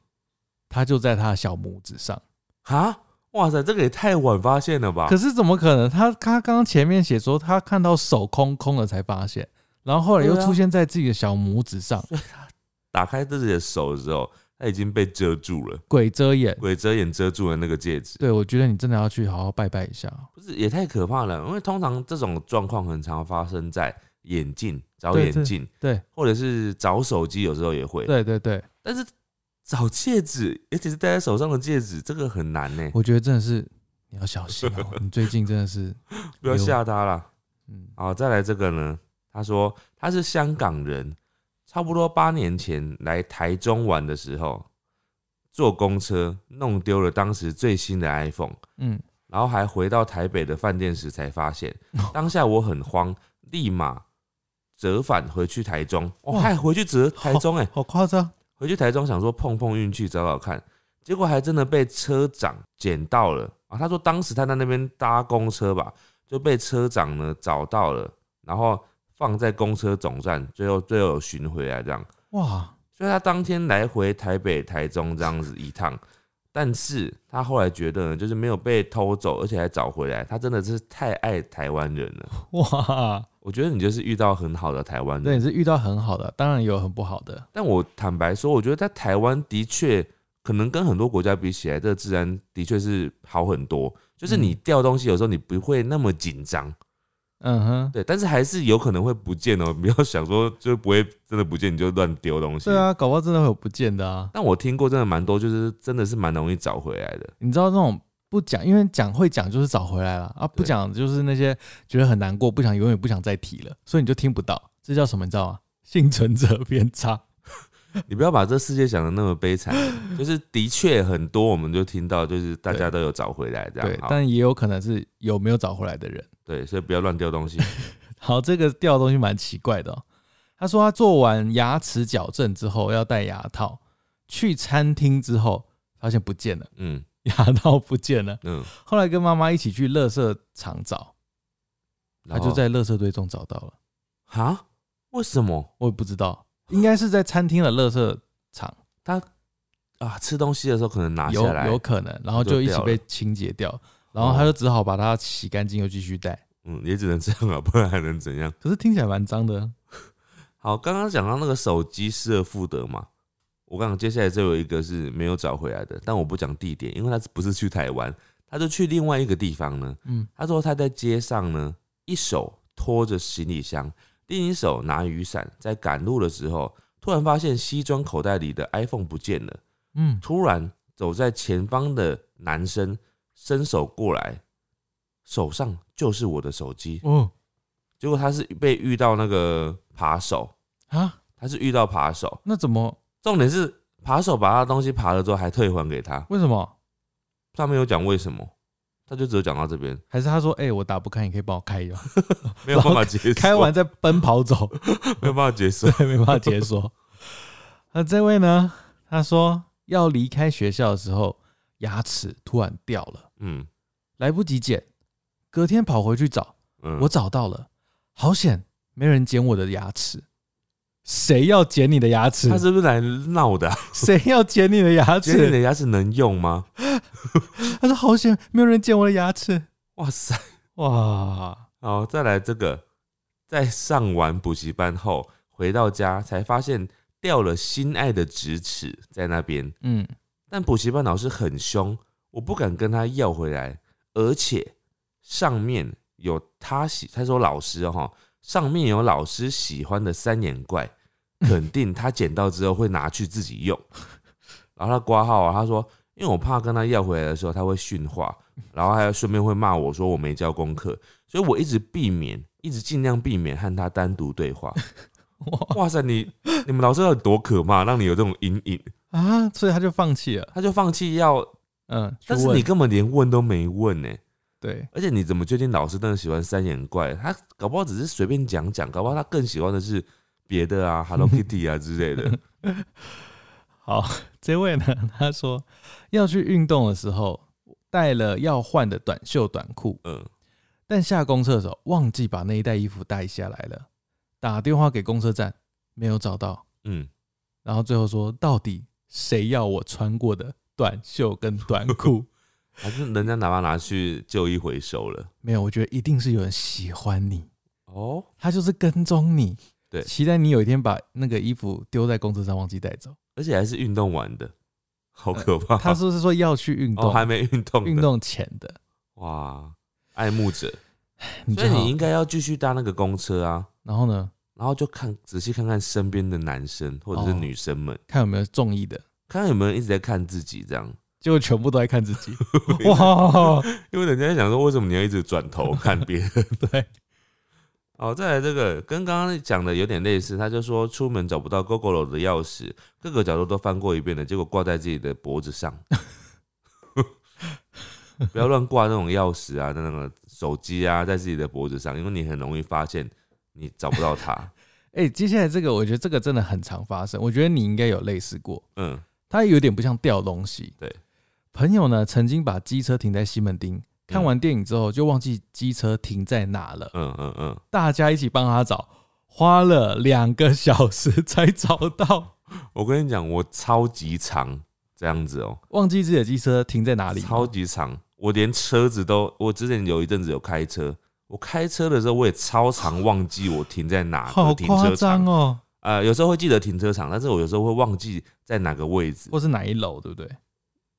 [SPEAKER 1] 他就在他的小拇指上。
[SPEAKER 2] 啊，哇塞，这个也太晚发现了吧
[SPEAKER 1] 可？是怎么可能？他他刚刚前面写说他看到手空空了才发现，然后后来又
[SPEAKER 2] 对啊
[SPEAKER 1] 出现在自己的小拇指上，
[SPEAKER 2] 打开自己的手的时候，它已经被遮住了，
[SPEAKER 1] 鬼遮眼。
[SPEAKER 2] 鬼遮眼遮住了那个戒指，
[SPEAKER 1] 对，我觉得你真的要去好好拜拜一下。哦
[SPEAKER 2] 不是也太可怕了？因为通常这种状况很常发生在眼镜、找
[SPEAKER 1] 对
[SPEAKER 2] 眼镜，
[SPEAKER 1] 对
[SPEAKER 2] 或者是找手机，有时候也会。
[SPEAKER 1] 对对对，
[SPEAKER 2] 但是找戒指，尤其是戴在手上的戒指，这个很难呢、欸
[SPEAKER 1] 我觉得真的是你要小心哦、你最近真的是，
[SPEAKER 2] 不要吓他啦。
[SPEAKER 1] 嗯，
[SPEAKER 2] 好，再来这个呢，他说他是香港人，差不多八年前来台中玩的时候，坐公车弄丢了当时最新的 iPhone，
[SPEAKER 1] 嗯，
[SPEAKER 2] 然后还回到台北的饭店时才发现，当下我很慌，立马折返回去台中，哦，
[SPEAKER 1] 哇
[SPEAKER 2] 还回去折台中哎、
[SPEAKER 1] 好夸张，
[SPEAKER 2] 回去台中想说碰碰运气找找看，结果还真的被车长捡到了啊！他说当时他在那边搭公车吧，就被车长呢找到了，然后放在公车总站，最后最后有寻回来这样。
[SPEAKER 1] 哇，
[SPEAKER 2] 所以他当天来回台北、台中这样子一趟，但是他后来觉得呢，就是没有被偷走，而且还找回来，他真的是太爱台湾人了。
[SPEAKER 1] 哇，
[SPEAKER 2] 我觉得你就是遇到很好的台湾人
[SPEAKER 1] 那，也是遇到很好的，当然也有很不好的。
[SPEAKER 2] 但我坦白说，我觉得在台湾的确可能跟很多国家比起来，这个治安的确是好很多。就是你
[SPEAKER 1] 嗯
[SPEAKER 2] 掉东西，有时候你不会那么紧张，
[SPEAKER 1] 嗯哼，
[SPEAKER 2] 对，但是还是有可能会不见哦。不要想说就不会真的不见，你就乱丢东西。
[SPEAKER 1] 对。啊，搞不好真的会有不见的啊。
[SPEAKER 2] 但我听过真的蛮多，就是真的是蛮容易找回来的。
[SPEAKER 1] 你知道那种不讲，因为讲会讲就是找回来了啊，不
[SPEAKER 2] 对
[SPEAKER 1] 讲就是那些觉得很难过，不想永远不想再提了，所以你就听不到，这叫什么？你知道吗？幸存者偏差。
[SPEAKER 2] 你不要把这世界想的那么悲惨，就是的确很多我们就听到，就是大家都有找回来这样。
[SPEAKER 1] 对，
[SPEAKER 2] 好
[SPEAKER 1] 但也有可能是有没有找回来的人。
[SPEAKER 2] 对，所以不要乱丢东西。
[SPEAKER 1] 好，这个掉的东西蛮奇怪的、哦。他说他做完牙齿矫正之后要戴牙套，去餐厅之后发现不见了，
[SPEAKER 2] 嗯
[SPEAKER 1] 牙套不见了。
[SPEAKER 2] 嗯，
[SPEAKER 1] 后来跟妈妈一起去垃圾场找，她
[SPEAKER 2] 然后
[SPEAKER 1] 就在垃圾堆中找到了。
[SPEAKER 2] 哈，为什么
[SPEAKER 1] 我也不知道，应该是在餐厅的垃圾场，
[SPEAKER 2] 啊？吃东西的时候可能拿下
[SPEAKER 1] 有
[SPEAKER 2] 来
[SPEAKER 1] 有，可能，然后就
[SPEAKER 2] 就
[SPEAKER 1] 一起
[SPEAKER 2] 掉了哦
[SPEAKER 1] 被清洁掉，然后她就只好把它洗干净又继续带。
[SPEAKER 2] 嗯，也只能这样啊，不然还能怎样？
[SPEAKER 1] 可是听起来蛮脏的，
[SPEAKER 2] 好，刚刚讲到那个手机失而复得嘛，我刚刚接下来就有一个是没有找回来的，但我不讲地点，因为他不是去台湾，他就去另外一个地方呢。
[SPEAKER 1] 嗯，
[SPEAKER 2] 他说他在街上呢，一手拖着行李箱，另一手拿雨伞，在赶路的时候，突然发现西装口袋里的 iPhone 不见了。
[SPEAKER 1] 嗯，
[SPEAKER 2] 突然走在前方的男生伸手过来，手上就是我的手机。
[SPEAKER 1] 哦
[SPEAKER 2] 结果他是被遇到那个扒手，
[SPEAKER 1] 啊，
[SPEAKER 2] 他是遇到扒手，
[SPEAKER 1] 那怎么？
[SPEAKER 2] 重点是扒手把他的东西扒了之后还退还给他，
[SPEAKER 1] 为什么？
[SPEAKER 2] 他没有讲为什么，他就只有讲到这边，
[SPEAKER 1] 还是他说，哎、我打不开，你可以帮我开 一下。
[SPEAKER 2] 没有办法解释，
[SPEAKER 1] 开完再奔跑走，
[SPEAKER 2] 没有办法解释
[SPEAKER 1] 对，，没办法解说。 那这位呢？他说要离开学校的时候，牙齿突然掉了，
[SPEAKER 2] 嗯
[SPEAKER 1] 来不及捡，隔天跑回去找，
[SPEAKER 2] 嗯，
[SPEAKER 1] 我找到了，好险，没人捡我的牙齿。谁要捡你的牙齿
[SPEAKER 2] 他？是不是来闹的啊、
[SPEAKER 1] 谁要捡你的牙
[SPEAKER 2] 今天你的
[SPEAKER 1] 齿？
[SPEAKER 2] 牙齿能用吗？
[SPEAKER 1] 他说好险，没有人捡我的牙齿。
[SPEAKER 2] 哇塞！
[SPEAKER 1] 哇，
[SPEAKER 2] 好，哦再来这个，在上完补习班后回到家，才发现掉了心爱的直尺在那边，
[SPEAKER 1] 嗯，
[SPEAKER 2] 但补习班老师很凶，我不敢跟他要回来，而且上面有他喜，他说老师哦哈、上面有老师喜欢的三眼怪，肯定他捡到之后会拿去自己用。然后他挂号啊，他说因为我怕跟他要回来的时候他会训话，然后还有顺便会骂我说我没交功课，所以我一直避免，一直尽量避免和他单独对话。
[SPEAKER 1] 哇
[SPEAKER 2] 哇塞，你你们老师有多可怕，让你有这种阴影，
[SPEAKER 1] 啊，所以他就放弃了。
[SPEAKER 2] 他就放弃要
[SPEAKER 1] 嗯，
[SPEAKER 2] 但
[SPEAKER 1] 去
[SPEAKER 2] 是
[SPEAKER 1] 问
[SPEAKER 2] 你根本连问都没问呢、
[SPEAKER 1] 对，
[SPEAKER 2] 而且你怎么确定老师真的喜欢三眼怪？他搞不好只是随便讲讲，搞不好他更喜欢的是别 的啊，Hello Kitty 啊之类的。
[SPEAKER 1] 好，这位呢， 他说要去运动的时候带了要换的短袖短裤，
[SPEAKER 2] 嗯，
[SPEAKER 1] 但下公厕的时候忘记把那一袋衣服带下来了，打电话给公车站没有找到，
[SPEAKER 2] 嗯，
[SPEAKER 1] 然后最后说到底谁要我穿过的短袖跟短裤？
[SPEAKER 2] 还是人家拿把拿去旧衣回收了。
[SPEAKER 1] 没有，我觉得一定是有人喜欢你，
[SPEAKER 2] 哦，
[SPEAKER 1] 他就是跟踪你，
[SPEAKER 2] 对
[SPEAKER 1] 期待你有一天把那个衣服丢在公车上忘记带走。
[SPEAKER 2] 而且还是运动完的，好可怕。
[SPEAKER 1] 呃他说是说要去运
[SPEAKER 2] 哦，
[SPEAKER 1] 动，
[SPEAKER 2] 还没运动的，
[SPEAKER 1] 运动前的，
[SPEAKER 2] 哇，爱慕者，
[SPEAKER 1] 你
[SPEAKER 2] 所
[SPEAKER 1] 最
[SPEAKER 2] 以
[SPEAKER 1] 好
[SPEAKER 2] 你。应该要继续搭那个公车啊，
[SPEAKER 1] 然后呢，
[SPEAKER 2] 然后就看仔细看看身边的男生或者是
[SPEAKER 1] 哦
[SPEAKER 2] 女生们，
[SPEAKER 1] 看有没有中意的。
[SPEAKER 2] 看看有没有一直在看自己这样。
[SPEAKER 1] 结果全部都在看自 己，哇！
[SPEAKER 2] 因为人家在想说，为什么你要一直转头看别人？
[SPEAKER 1] 对，
[SPEAKER 2] 哦，再来这个跟刚刚讲的有点类似，他就说出门找不到 GoGo 的钥匙，各个角度都翻过一遍了，结果挂在自己的脖子上。 不要乱挂那种钥匙啊，那个手机啊，在自己的脖子上，因为你很容易发现你找不到它。
[SPEAKER 1] 哎、接下来这个，我觉得这个真的很常发生，我觉得你应该有类似过，
[SPEAKER 2] 嗯，
[SPEAKER 1] 它有点不像掉东西。
[SPEAKER 2] 对，嗯
[SPEAKER 1] 朋友呢曾经把机车停在西门町，看完电影之后就忘记机车停在哪了，
[SPEAKER 2] 嗯嗯嗯，
[SPEAKER 1] 大家一起帮他找，花了两个小时才找到，
[SPEAKER 2] 我跟你讲，我超级长这样子哦、
[SPEAKER 1] 忘记自己的机车停在哪里。
[SPEAKER 2] 超级长，我连车子都，我之前有一阵子有开车，我开车的时候我也超常忘记我停在哪
[SPEAKER 1] 好
[SPEAKER 2] 个停
[SPEAKER 1] 夸
[SPEAKER 2] 车
[SPEAKER 1] 张
[SPEAKER 2] 场，
[SPEAKER 1] 哦，
[SPEAKER 2] 呃，有时候会记得停车场，但是我有时候会忘记在哪个位置，
[SPEAKER 1] 或是哪一楼，对不对？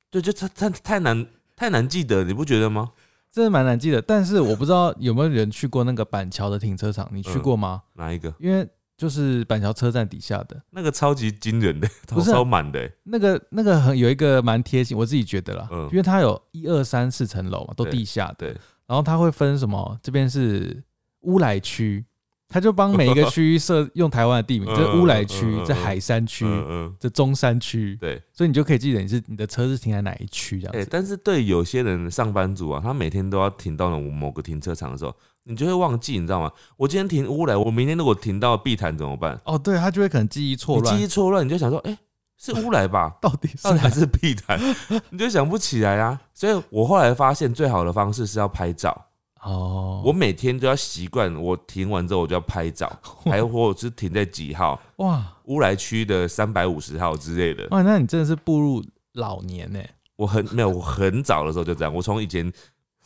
[SPEAKER 2] 对，就太太太难太难记得，你不觉得吗？
[SPEAKER 1] 真的蛮难记得，但是我不知道有没有人去过那个板桥的停车场，你
[SPEAKER 2] 嗯
[SPEAKER 1] 去过吗？
[SPEAKER 2] 哪一个？
[SPEAKER 1] 因为就是板桥车站底下的
[SPEAKER 2] 那个超级惊人的，
[SPEAKER 1] 不
[SPEAKER 2] 超
[SPEAKER 1] 是啊
[SPEAKER 2] 超满的、欸，
[SPEAKER 1] 那个那个很有一个蛮贴心，我自己觉得啦，
[SPEAKER 2] 嗯
[SPEAKER 1] 因为它有一二三四层楼嘛，都
[SPEAKER 2] 对
[SPEAKER 1] 地下的，
[SPEAKER 2] 对，
[SPEAKER 1] 然后它会分什么？这边是乌来区，它就帮每一个区域设用台湾的地名，
[SPEAKER 2] 嗯
[SPEAKER 1] 这乌来区
[SPEAKER 2] 嗯嗯，
[SPEAKER 1] 这海山区，
[SPEAKER 2] 嗯嗯，
[SPEAKER 1] 这中山区，
[SPEAKER 2] 对，
[SPEAKER 1] 所以你就可以记得你是你的车是停在哪一区这
[SPEAKER 2] 哎、
[SPEAKER 1] 样子。
[SPEAKER 2] 但是对有些人上班族啊，他每天都要停到某个停车场的时候，你就会忘记，你知道吗？我今天停乌来，我明天如果停到碧潭怎么办？
[SPEAKER 1] 哦，对，他就会可能记忆错
[SPEAKER 2] 你记
[SPEAKER 1] 乱
[SPEAKER 2] 忆，错乱，你就想说，哎、是乌 来吧？
[SPEAKER 1] 到底是
[SPEAKER 2] 到底还是屁潭， 你就想不起来啊。所以我后来发现，最好的方式是要拍照。
[SPEAKER 1] 哦，
[SPEAKER 2] 我每天都要习惯，我停完之后我就要拍照，还有或者是停在几号
[SPEAKER 1] 哇
[SPEAKER 2] 乌来区的三百五十号之类的。
[SPEAKER 1] 哇，那你真的是步入老年呢、
[SPEAKER 2] 我很没有，我很早的时候就这样，我从以前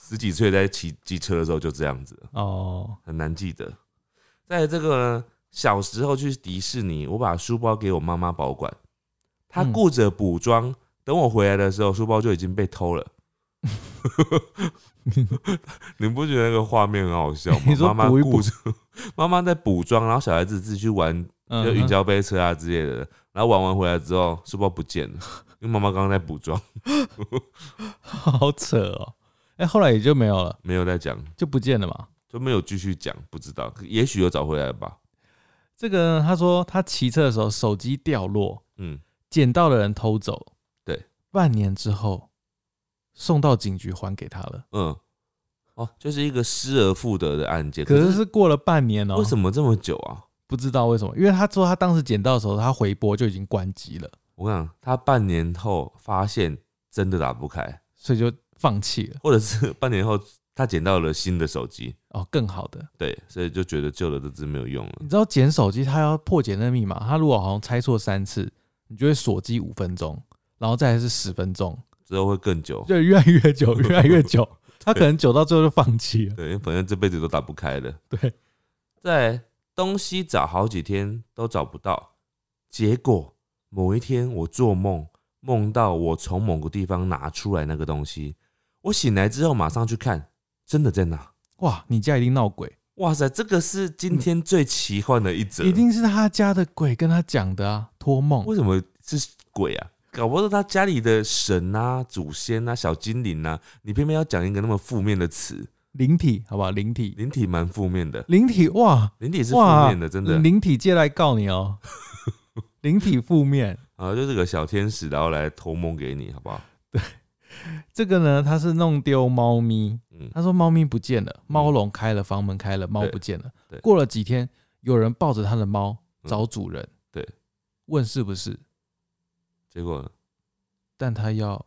[SPEAKER 2] 十几岁在骑机车的时候就这样子了，
[SPEAKER 1] 哦，
[SPEAKER 2] 很难记得。在这个呢，小时候去迪士尼，我把书包给我妈妈保管，她
[SPEAKER 1] 嗯
[SPEAKER 2] 顾着补妆，等我回来的时候，书包就已经被偷 了。你不觉得那个画面很好笑
[SPEAKER 1] 你
[SPEAKER 2] 吗？
[SPEAKER 1] 说
[SPEAKER 2] 妈妈
[SPEAKER 1] 补一补
[SPEAKER 2] 顾着，妈妈在补妆，然后小孩子自己去玩
[SPEAKER 1] 嗯
[SPEAKER 2] 就云霄飞车啊之类的，然后玩完回来之后，书包不见了，因为妈妈刚刚在补妆，
[SPEAKER 1] 好扯哦。哎、后来也就没有了，
[SPEAKER 2] 没有在讲，
[SPEAKER 1] 就不见了嘛。
[SPEAKER 2] 就没有继续讲，不知道，也许有找回来吧。
[SPEAKER 1] 这个呢他说他骑车的时候手机掉落，
[SPEAKER 2] 嗯，
[SPEAKER 1] 捡到的人偷走，
[SPEAKER 2] 对，
[SPEAKER 1] 半年之后送到警局还给他了。
[SPEAKER 2] 嗯，哦，就是一个失而复得的案件。
[SPEAKER 1] 可
[SPEAKER 2] 可
[SPEAKER 1] 是是过了半年哦、
[SPEAKER 2] 为什
[SPEAKER 1] 么
[SPEAKER 2] 么这么久啊？
[SPEAKER 1] 不知道为什么？因为他说他当时捡到的时候，他回拨就已经关机了，
[SPEAKER 2] 我跟你讲，他半年后发现真的打不开，
[SPEAKER 1] 所以就放弃了。
[SPEAKER 2] 或者是 半年后他捡到了新的手机，
[SPEAKER 1] 哦，更好的，
[SPEAKER 2] 对，所以就觉得旧的这只没有用了
[SPEAKER 1] 你。知道捡手机它要破解那个密码，它如果好像猜错三次，你就会锁机五分钟，然后再来是十分钟，
[SPEAKER 2] 之后会更久，
[SPEAKER 1] 就越来越久，越来越久， 他可能久到最后就放弃了。
[SPEAKER 2] 对，反正这辈子都打不开了。
[SPEAKER 1] 对，
[SPEAKER 2] 在东西找好几天都找不到，结果某一天我做梦，梦到我从某个地方拿出来那个东西，我醒来之后马上去看，真的在哪？
[SPEAKER 1] 哇，你家一定闹鬼，
[SPEAKER 2] 哇塞，这个是今天最奇幻的一则，
[SPEAKER 1] 嗯一定是他家的鬼跟他讲的啊，托梦。
[SPEAKER 2] 为什么是鬼啊？搞不好是他家里的神啊、祖先啊、小精灵啊，你偏偏要讲一个那么负面的词，
[SPEAKER 1] 灵体，好不好？灵体，
[SPEAKER 2] 灵体蛮负面的，
[SPEAKER 1] 灵体，哇
[SPEAKER 2] 灵体是负
[SPEAKER 1] 哇，
[SPEAKER 2] 面的，真的。
[SPEAKER 1] 灵体借来告你哦， 灵体负面。
[SPEAKER 2] 啊，就是个小天使，然后来托梦给你，好不好？
[SPEAKER 1] 这个呢，他是弄丢猫咪，
[SPEAKER 2] 嗯，
[SPEAKER 1] 他说猫咪不见了，猫笼开了，房门开了，猫
[SPEAKER 2] 对
[SPEAKER 1] 不见了
[SPEAKER 2] 对。
[SPEAKER 1] 过了几天，有人抱着他的猫
[SPEAKER 2] 嗯
[SPEAKER 1] 找主人，
[SPEAKER 2] 对，
[SPEAKER 1] 问是不是？
[SPEAKER 2] 结果呢
[SPEAKER 1] 但他要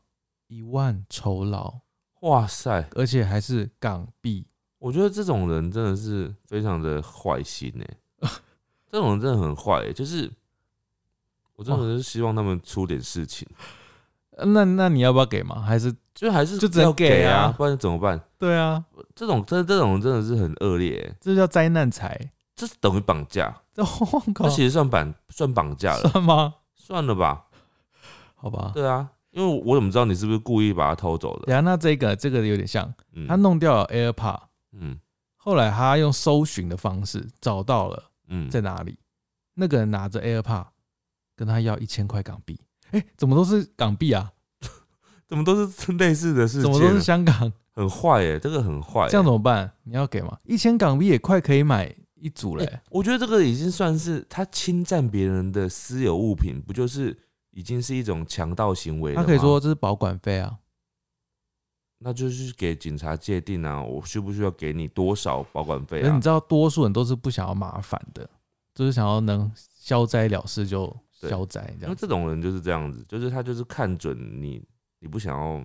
[SPEAKER 1] 一万酬劳，
[SPEAKER 2] 哇塞，
[SPEAKER 1] 而且还是港币。
[SPEAKER 2] 我觉得这种人真的是非常的坏心哎、 这种人真的很坏、欸，就是我真的是希望他们出点事情，
[SPEAKER 1] 呃那那你要不要给吗？还是
[SPEAKER 2] 就还是
[SPEAKER 1] 就只能
[SPEAKER 2] 要给
[SPEAKER 1] 给啊
[SPEAKER 2] 不然怎么办？
[SPEAKER 1] 对啊，
[SPEAKER 2] 这种这这种真的是很恶劣、欸，
[SPEAKER 1] 这叫灾难财。 哦
[SPEAKER 2] 这是等于绑架，
[SPEAKER 1] 这我靠
[SPEAKER 2] 这其实算绑算绑架了，
[SPEAKER 1] 算吗？
[SPEAKER 2] 算了吧，
[SPEAKER 1] 好吧。
[SPEAKER 2] 对啊，因为我怎么知道你是不是故意把它偷走的？
[SPEAKER 1] 然后那这个这个有点像，
[SPEAKER 2] 嗯
[SPEAKER 1] 他弄掉了 AirPod，
[SPEAKER 2] 嗯
[SPEAKER 1] 后来他用搜寻的方式找到了。
[SPEAKER 2] 嗯，
[SPEAKER 1] 在哪里？那个人拿着 AirPod 跟他要一千块港币。哎、怎么都是港币啊？
[SPEAKER 2] 怎么都是类似的事
[SPEAKER 1] 怎
[SPEAKER 2] 情
[SPEAKER 1] 么都是
[SPEAKER 2] 啊，
[SPEAKER 1] 香港？
[SPEAKER 2] 很坏哎、这个很坏欸、
[SPEAKER 1] 这样怎么办？你要给吗？一千港币也快可以买一组嘞、
[SPEAKER 2] 欸我觉得这个已经算是他侵占别人的私有物品，不就是已经是一种强盗行为了
[SPEAKER 1] 他
[SPEAKER 2] 吗？
[SPEAKER 1] 可以说，这是保管费啊。
[SPEAKER 2] 那就是给警察界定啊，我需不需要给你多少保管费
[SPEAKER 1] 可是
[SPEAKER 2] 啊
[SPEAKER 1] 你？知道，多数人都是不想要麻烦的，就是想要能消灾了事就
[SPEAKER 2] 对
[SPEAKER 1] 消灾这
[SPEAKER 2] 因为
[SPEAKER 1] 样。
[SPEAKER 2] 这种人就是这样子，就是他就是看准你，你不想要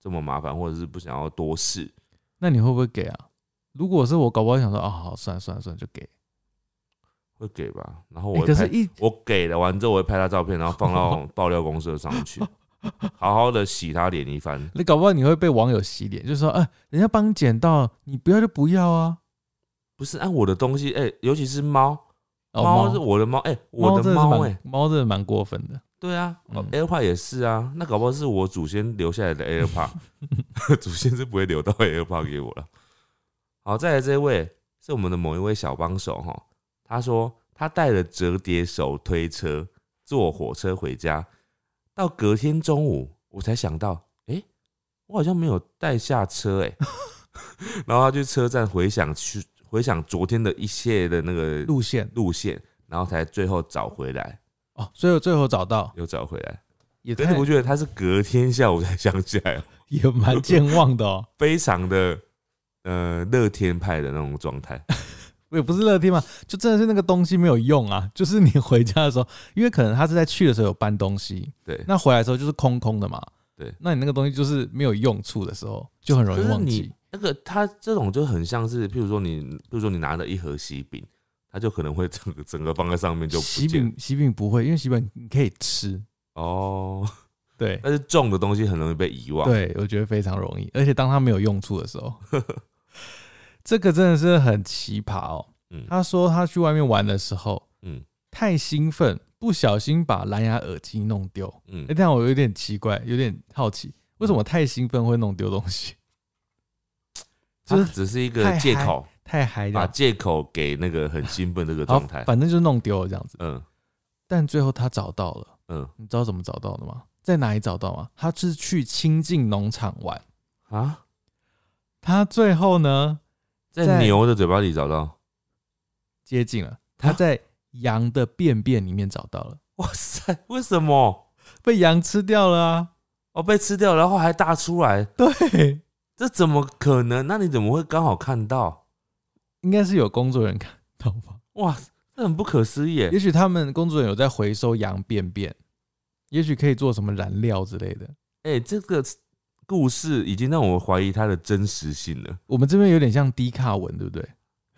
[SPEAKER 2] 这么麻烦，或者是不想要多事，
[SPEAKER 1] 那你会不会给啊？如果是我，搞不好想说，哦，好，算了算了算了，就给。
[SPEAKER 2] 会给吧？然后
[SPEAKER 1] 欸
[SPEAKER 2] 我会
[SPEAKER 1] 可
[SPEAKER 2] 拍，
[SPEAKER 1] 是一
[SPEAKER 2] 我给了完之后，我会拍他照片，然后放到 爆料公社上去，好好的洗他脸一番。
[SPEAKER 1] 你搞不好你会被网友洗脸，就说，哎、人家帮你捡到，你不要就不要啊。
[SPEAKER 2] 不是按我的东西，哎、尤其是猫，
[SPEAKER 1] 哦
[SPEAKER 2] 猫是我的猫，哎、我的
[SPEAKER 1] 真的是
[SPEAKER 2] 猫、
[SPEAKER 1] 蛮
[SPEAKER 2] 哎。
[SPEAKER 1] 猫真的蛮过分的。
[SPEAKER 2] 对啊、哦
[SPEAKER 1] 嗯
[SPEAKER 2] a i r p o d 也是啊，那搞不好是我祖先留下来的 AirPod，祖先是不会留到 AirPod 给我了。好，再来这位是我们的某一位小帮手哈，他说他带了折叠手推车坐火车回家，到隔天中午我才想到，诶，我好像没有带下车诶。 然后他去车站回想去回想昨天的一切的那个
[SPEAKER 1] 路线
[SPEAKER 2] 路线，然后才最后找回来，
[SPEAKER 1] 哦，所以我最后找到
[SPEAKER 2] 又找回来。
[SPEAKER 1] 也
[SPEAKER 2] 可是
[SPEAKER 1] 太
[SPEAKER 2] 你不觉得他是隔天下午才想起来，
[SPEAKER 1] 也 蛮健忘的哦，
[SPEAKER 2] 非常的呃乐天派的那种状态，
[SPEAKER 1] 也不是乐天嘛，就真的是那个东西没有用啊。就是你回家的时候，因为可能他是在去的时候有搬东西，
[SPEAKER 2] 对，
[SPEAKER 1] 那回来的时候就是空空的嘛。
[SPEAKER 2] 对，
[SPEAKER 1] 那你那个东西就是没有用处的时候，就很容易
[SPEAKER 2] 就是
[SPEAKER 1] 忘
[SPEAKER 2] 你
[SPEAKER 1] 记。
[SPEAKER 2] 那个它这种就很像是，譬如说你，譬如说你拿了一盒喜饼，它就可能会整个整个放在上面就不
[SPEAKER 1] 喜
[SPEAKER 2] 见了
[SPEAKER 1] 饼喜饼不会，因为喜饼你可以吃。
[SPEAKER 2] 哦。
[SPEAKER 1] 对
[SPEAKER 2] 但是重的东西很容易被遗忘。
[SPEAKER 1] 对，我觉得非常容易，而且当它没有用处的时候， 这个真的是很奇葩哦。
[SPEAKER 2] 嗯
[SPEAKER 1] 他说他去外面玩的时候
[SPEAKER 2] 嗯
[SPEAKER 1] 太兴奋，不小心把蓝牙耳机弄丢。哎、
[SPEAKER 2] 嗯，
[SPEAKER 1] 但我有点奇怪，有点好奇，为什么太兴奋会弄丢东西？
[SPEAKER 2] 它
[SPEAKER 1] 就是
[SPEAKER 2] 只是一个
[SPEAKER 1] 太
[SPEAKER 2] 借
[SPEAKER 1] 嗨
[SPEAKER 2] 口，
[SPEAKER 1] 太嗨
[SPEAKER 2] 把
[SPEAKER 1] 了，
[SPEAKER 2] 借口给那个很兴奋这个
[SPEAKER 1] 好
[SPEAKER 2] 状，态。
[SPEAKER 1] 反正就弄丢了这样子。
[SPEAKER 2] 嗯
[SPEAKER 1] 但最后他找到了，
[SPEAKER 2] 嗯
[SPEAKER 1] 你知道怎么找到的吗？在哪里找到吗？他是去清境农场玩，
[SPEAKER 2] 啊，
[SPEAKER 1] 他最后呢
[SPEAKER 2] 在
[SPEAKER 1] 在
[SPEAKER 2] 牛的嘴巴里找到。
[SPEAKER 1] 接近 了，他在羊的便便里面找到了，
[SPEAKER 2] 哇塞，为什么？
[SPEAKER 1] 被羊吃掉了啊！
[SPEAKER 2] 哦，被吃掉，然后还大出来，
[SPEAKER 1] 对，
[SPEAKER 2] 这怎么可能？那你怎么会刚好看到？
[SPEAKER 1] 应该是有工作人员看到 吧？
[SPEAKER 2] 哇，这很不可思议耶
[SPEAKER 1] 也许他们工作人员有在回收羊便便，也许可以做什么燃料之类的。
[SPEAKER 2] 哎、这个故事已经让我怀疑它的真实性了。
[SPEAKER 1] 我们这边有点像低卡文，对不对？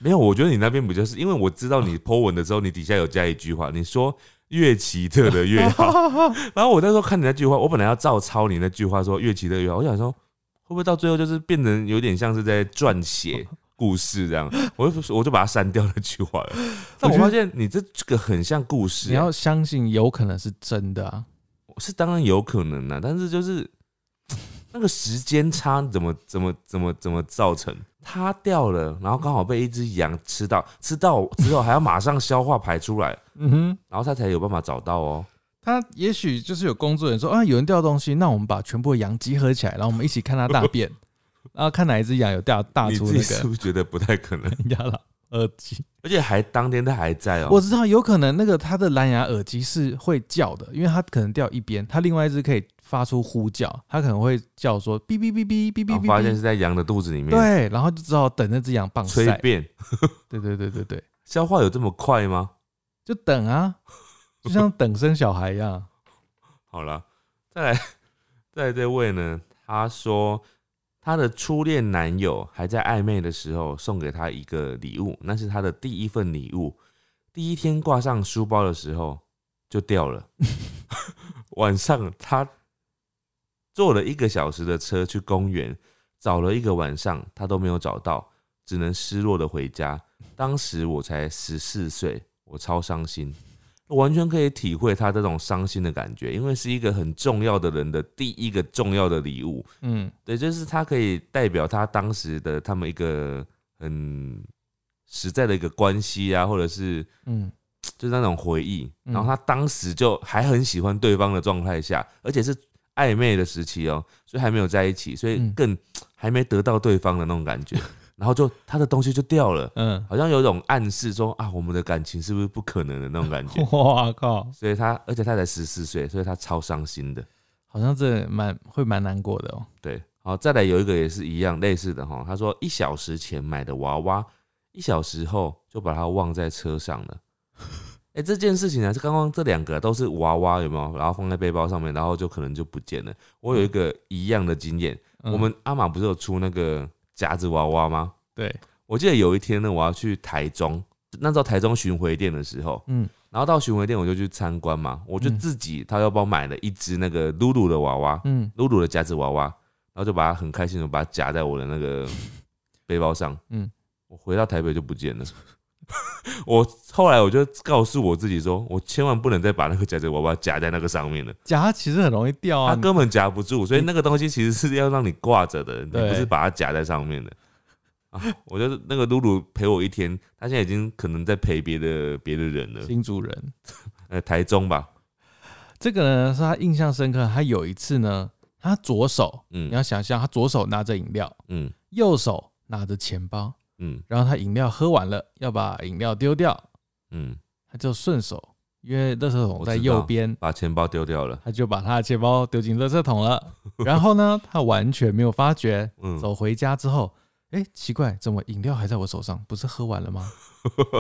[SPEAKER 2] 没有，我觉得你那边比较是，因为我知道
[SPEAKER 1] 啊
[SPEAKER 2] 你 Po 文的时候，你底下有加一句话，你说越奇特的越好。 然后我那时候看你那句话，我本来要照抄你那句话说越奇特越好，我想说会不会到最后就是变成有点像是在撰写故事这 样，我就我就把它删掉那句话了。但我
[SPEAKER 1] 我觉得
[SPEAKER 2] 发现你这这个很像故事、
[SPEAKER 1] 你要相信有可能是真的啊！
[SPEAKER 2] 是当然有可能啦、啊但是就是 那个时间差怎么怎么怎么怎么造成？塌掉了，然后刚好被一只羊吃到，吃到之后还要马上消化排出来，
[SPEAKER 1] 嗯哼，
[SPEAKER 2] 然后它才有办法找到哦。
[SPEAKER 1] 他也许就是有工作人员说啊，有人掉东西，那我们把全部的羊集合起来，然后我们一起看它大 便，然后看哪一只羊有掉大
[SPEAKER 2] 你
[SPEAKER 1] 出
[SPEAKER 2] 自
[SPEAKER 1] 那
[SPEAKER 2] 己是
[SPEAKER 1] 个
[SPEAKER 2] 不是觉得不太可能？
[SPEAKER 1] 蓝牙了耳机。
[SPEAKER 2] 而且还当天它还在哦。
[SPEAKER 1] 我知道有可能那个它的蓝牙耳机是会叫的，因为它可能掉一边，它另外一只可以发出呼叫，它可能会叫说哔哔哔哔哔
[SPEAKER 2] 然
[SPEAKER 1] 哔
[SPEAKER 2] 后发现
[SPEAKER 1] 哔哔，
[SPEAKER 2] 是在羊的肚子里面，，
[SPEAKER 1] 对，然后就只好等那只羊棒
[SPEAKER 2] 催
[SPEAKER 1] 晒。
[SPEAKER 2] 便
[SPEAKER 1] 对对对对对，
[SPEAKER 2] 消化有这么快吗？
[SPEAKER 1] 就等啊，就像等生小孩一样。
[SPEAKER 2] 好了，再来，再来这位呢，他说他的初恋男友还在暧昧的时候送给他一个礼物，那是他的第一份礼物。第一天挂上书包的时候就掉了， 晚上他坐了一个小时的车去公园，找了一个晚上，他都没有找到，只能失落的回家。当时我才十四岁，我超伤心。我完全可以体会他这种伤心的感觉，因为是一个很重要的人的第一个重要的礼物，
[SPEAKER 1] 嗯，
[SPEAKER 2] 对，就是他可以代表他当时的他们一个很实在的一个关系啊，或者是
[SPEAKER 1] 嗯，
[SPEAKER 2] 就是那种回忆。
[SPEAKER 1] 嗯
[SPEAKER 2] 然后他当时就还很喜欢对方的状态下，而且是暧昧的时期哦、所以还没有在一起，所以
[SPEAKER 1] 嗯
[SPEAKER 2] 更还没得到对方的那种感觉， 然后就他的东西就掉了，
[SPEAKER 1] 嗯，
[SPEAKER 2] 好像有种暗示说啊，我们的感情是不是不可能的那种感觉。
[SPEAKER 1] 哇靠，
[SPEAKER 2] 所以他，而且他才十四岁，所以他超伤心的。
[SPEAKER 1] 好像这蛮会蛮难过的哦。
[SPEAKER 2] 对，好，再来有一个也是一样类似的哈，他说一小时前买的娃娃，一小时后就把它忘在车上了。 哎、这件事情啊，是刚刚这两个都是娃娃，有没有？然后放在背包上面，然后就可能就不见了。我有一个一样的经验，
[SPEAKER 1] 嗯
[SPEAKER 2] 我们阿玛不是有出那个夹子娃娃吗？
[SPEAKER 1] 对，
[SPEAKER 2] 我记得有一天呢，我要去台中，那时候台中巡回店的时候，
[SPEAKER 1] 嗯
[SPEAKER 2] 然后到巡回店我就去参观嘛，我就
[SPEAKER 1] 嗯
[SPEAKER 2] 自己他要帮我买了一只那个露露的娃娃，
[SPEAKER 1] 嗯
[SPEAKER 2] 露露的夹子娃娃，然后就把它很开心的把它夹在我的 那个背包上，嗯
[SPEAKER 1] 嗯，
[SPEAKER 2] 我回到台北就不见了。 我后来我就告诉我自己说，我千万不能再把那个夹子娃娃夹在那个上面了，
[SPEAKER 1] 夹其实很容易掉
[SPEAKER 2] 它
[SPEAKER 1] 啊。
[SPEAKER 2] 根本夹不住，所以那个东西其实是要让你挂着的，你
[SPEAKER 1] 对
[SPEAKER 2] 不是把它夹在上 面的。啊，我觉得那个露露陪我一天，她现在已经可能在陪别的别的人了，
[SPEAKER 1] 新主人，
[SPEAKER 2] 呃，台中吧，
[SPEAKER 1] 这个呢是他印象深刻。他有一次呢，他左手，你
[SPEAKER 2] 嗯
[SPEAKER 1] 要想象他左手拿着饮料，
[SPEAKER 2] 嗯
[SPEAKER 1] 右手拿着钱包，
[SPEAKER 2] 嗯
[SPEAKER 1] 然后他饮料喝完了，要把饮料丢掉，
[SPEAKER 2] 嗯，
[SPEAKER 1] 他就顺手，因为垃圾桶
[SPEAKER 2] 我
[SPEAKER 1] 在
[SPEAKER 2] 知
[SPEAKER 1] 右
[SPEAKER 2] 道
[SPEAKER 1] 边，
[SPEAKER 2] 把钱包丢掉了，
[SPEAKER 1] 他就把他的钱 包丢进垃圾桶了。然后呢，他完全没有发觉，
[SPEAKER 2] 嗯，
[SPEAKER 1] 走回家之后，哎、奇怪，怎么饮料还在我手上？不是喝完了吗？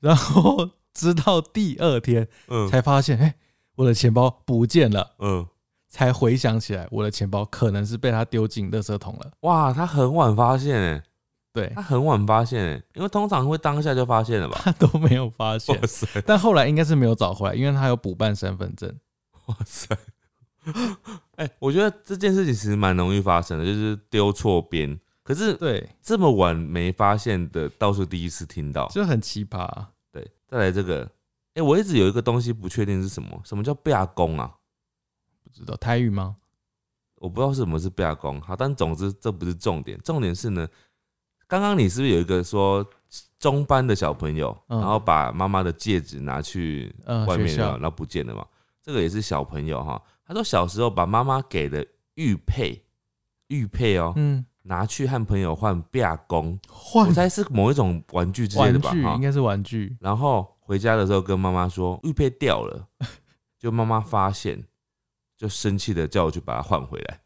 [SPEAKER 1] 然后直到第二天
[SPEAKER 2] 嗯
[SPEAKER 1] 才发现，哎、我的钱包不见了，
[SPEAKER 2] 嗯，
[SPEAKER 1] 才回想起来，我的钱包可能是被他丢进垃圾桶了。
[SPEAKER 2] 哇，他很晚发现哎、
[SPEAKER 1] 对
[SPEAKER 2] 他，很晚发现哎、因为通常会当下就发现了吧？
[SPEAKER 1] 他都没有发现
[SPEAKER 2] 哇，塞
[SPEAKER 1] 但后来应该是没有找回来，因为他有补办身份证。
[SPEAKER 2] 哇塞！ 哎、我觉得这件事情其实蛮容易发生的，就是丢错边。可是
[SPEAKER 1] 对，
[SPEAKER 2] 这么晚没发现的，倒是第一次听到。
[SPEAKER 1] 就很奇葩、啊。
[SPEAKER 2] 对，再来这个，哎、我一直有一个东西不确定是什么，什么叫罢工啊？
[SPEAKER 1] 不知道台语吗？
[SPEAKER 2] 我不知道是什么是罢工，好，但总之这不是重点，重点是呢，刚刚你是不是有一个说中班的小朋友，
[SPEAKER 1] 嗯
[SPEAKER 2] 然后把妈妈的戒指拿去
[SPEAKER 1] 呃，
[SPEAKER 2] 外
[SPEAKER 1] 学
[SPEAKER 2] 面了，
[SPEAKER 1] 校
[SPEAKER 2] 然后不见了嘛？这个也是小朋友哈，他说小时候把妈妈给的玉佩，玉佩哦，
[SPEAKER 1] 嗯，
[SPEAKER 2] 拿去和朋友换罢工，
[SPEAKER 1] 换
[SPEAKER 2] 我猜是某一种玩具之类的
[SPEAKER 1] 玩
[SPEAKER 2] 吧，
[SPEAKER 1] 具
[SPEAKER 2] 哈
[SPEAKER 1] 应，该是玩具，
[SPEAKER 2] 然后回家的时候跟妈妈说玉佩掉了，就妈妈发现，就生气的叫我去把它换回来。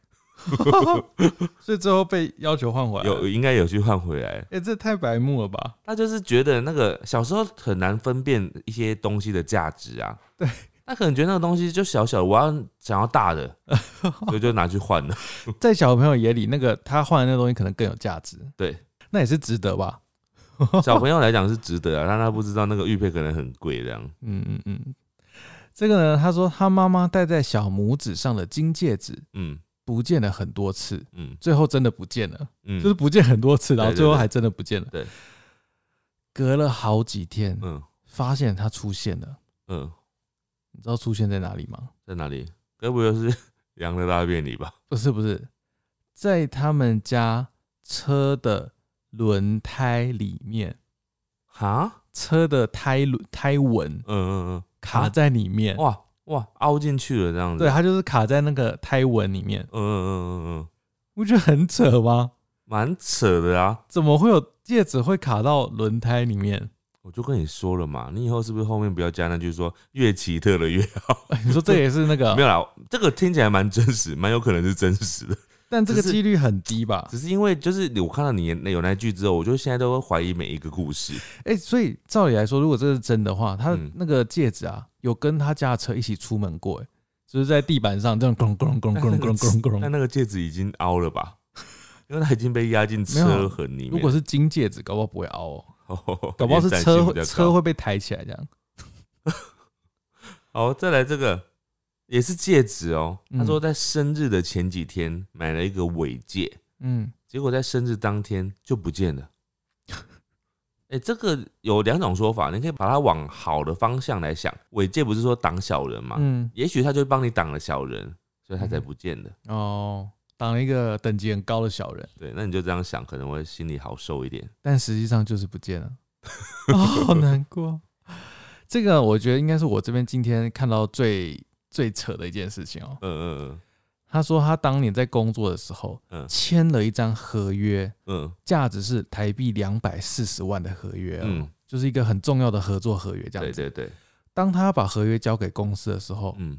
[SPEAKER 1] 所以最后被要求换回来。
[SPEAKER 2] 有，应该有去换回来。
[SPEAKER 1] 哎、这太白目了 吧？
[SPEAKER 2] 他就是觉得那个小时候很难分辨一些东西的价值啊。
[SPEAKER 1] 对，
[SPEAKER 2] 他可能觉得那个东西就小小的，我要想要 大的，所以就拿去换了。
[SPEAKER 1] 在小朋友眼里，那个他换的那东西可能更有价值。
[SPEAKER 2] 对，
[SPEAKER 1] 那也是值得吧？
[SPEAKER 2] 小朋友来讲是值得啊，但他不知道那个玉佩可能很贵这样。
[SPEAKER 1] 嗯嗯嗯。这个呢，他说他妈妈戴在小拇指上的金戒指
[SPEAKER 2] 嗯
[SPEAKER 1] 不见了很多次，
[SPEAKER 2] 嗯
[SPEAKER 1] 最后真的不见了，
[SPEAKER 2] 嗯，
[SPEAKER 1] 就是不见很多次，然后
[SPEAKER 2] 对对
[SPEAKER 1] 最后
[SPEAKER 2] 对
[SPEAKER 1] 还真的不见了。
[SPEAKER 2] 对，
[SPEAKER 1] 隔了好几天，
[SPEAKER 2] 嗯
[SPEAKER 1] 发现它出现了。
[SPEAKER 2] 嗯，
[SPEAKER 1] 你知道出现在哪里吗？
[SPEAKER 2] 在哪里？该不会是羊的大便里 吧？
[SPEAKER 1] 不是不是，在他们家车的轮胎里面，
[SPEAKER 2] 哈，
[SPEAKER 1] 车的胎轮胎纹
[SPEAKER 2] 嗯嗯
[SPEAKER 1] 卡在里面。
[SPEAKER 2] 嗯，哇哇，凹进去了这样子。
[SPEAKER 1] 对，它就是卡在那个胎纹里面，
[SPEAKER 2] 嗯嗯嗯嗯嗯，
[SPEAKER 1] 不觉得很扯吗？
[SPEAKER 2] 蛮扯的啊。
[SPEAKER 1] 怎么会有戒指会卡到轮胎里面？
[SPEAKER 2] 我就跟你说了嘛，你以后是不是后面不要加那句说越奇特的越好？
[SPEAKER 1] 你说这也是那
[SPEAKER 2] 没
[SPEAKER 1] 个，啊
[SPEAKER 2] 有啦，这个听起来蛮真实，蛮有可能是真实的。
[SPEAKER 1] 但这个
[SPEAKER 2] 只是
[SPEAKER 1] 几率很低吧？
[SPEAKER 2] 只是因为就是你我看到你有那句之后，我就现在都会怀疑每一个故事。
[SPEAKER 1] 哎、所以照理来说，如果这是真的话，他
[SPEAKER 2] 嗯
[SPEAKER 1] 那个戒指啊，有跟他家的车一起出门过、哎，就是在地板上这样咣咣咣咣咣咣咣。
[SPEAKER 2] 但那个戒指已经凹了吧？因为它已经被压进
[SPEAKER 1] 没有啊
[SPEAKER 2] 车痕里面。
[SPEAKER 1] 如果是金戒指，搞不好不会凹哦，
[SPEAKER 2] 哦
[SPEAKER 1] 搞不好是
[SPEAKER 2] 延展
[SPEAKER 1] 车
[SPEAKER 2] 性比
[SPEAKER 1] 会
[SPEAKER 2] 较
[SPEAKER 1] 车
[SPEAKER 2] 高
[SPEAKER 1] 会被抬起来这样。
[SPEAKER 2] 好，哦再来这个也是戒指哦。
[SPEAKER 1] 嗯
[SPEAKER 2] 他说在生日的前几天买了一个尾戒，
[SPEAKER 1] 嗯，
[SPEAKER 2] 结果在生日当天就不见了。 哎、这个有两种说法，你可以把它往好的方向来想。尾戒不是说挡小人嘛？
[SPEAKER 1] 嗯，
[SPEAKER 2] 也许他就帮你挡了小人，所以他才不见的。
[SPEAKER 1] 哦，挡了一个等级很高的小人，
[SPEAKER 2] 对，那你就这样想，可能会心里好受一点。
[SPEAKER 1] 但实际上就是不见了， 哦、好难过。这个我觉得应该是我这边今天看到最最扯的一件事情哦。
[SPEAKER 2] 嗯嗯
[SPEAKER 1] 他说他当年在工作的时候
[SPEAKER 2] 嗯
[SPEAKER 1] 签了一张合约，
[SPEAKER 2] 嗯
[SPEAKER 1] 价值是台币两百四十万的合约、哦，
[SPEAKER 2] 嗯，
[SPEAKER 1] 就是一个很重要的合作合约啊这样
[SPEAKER 2] 对
[SPEAKER 1] 子。
[SPEAKER 2] 对对，
[SPEAKER 1] 当他把合约交给公司的时候，
[SPEAKER 2] 嗯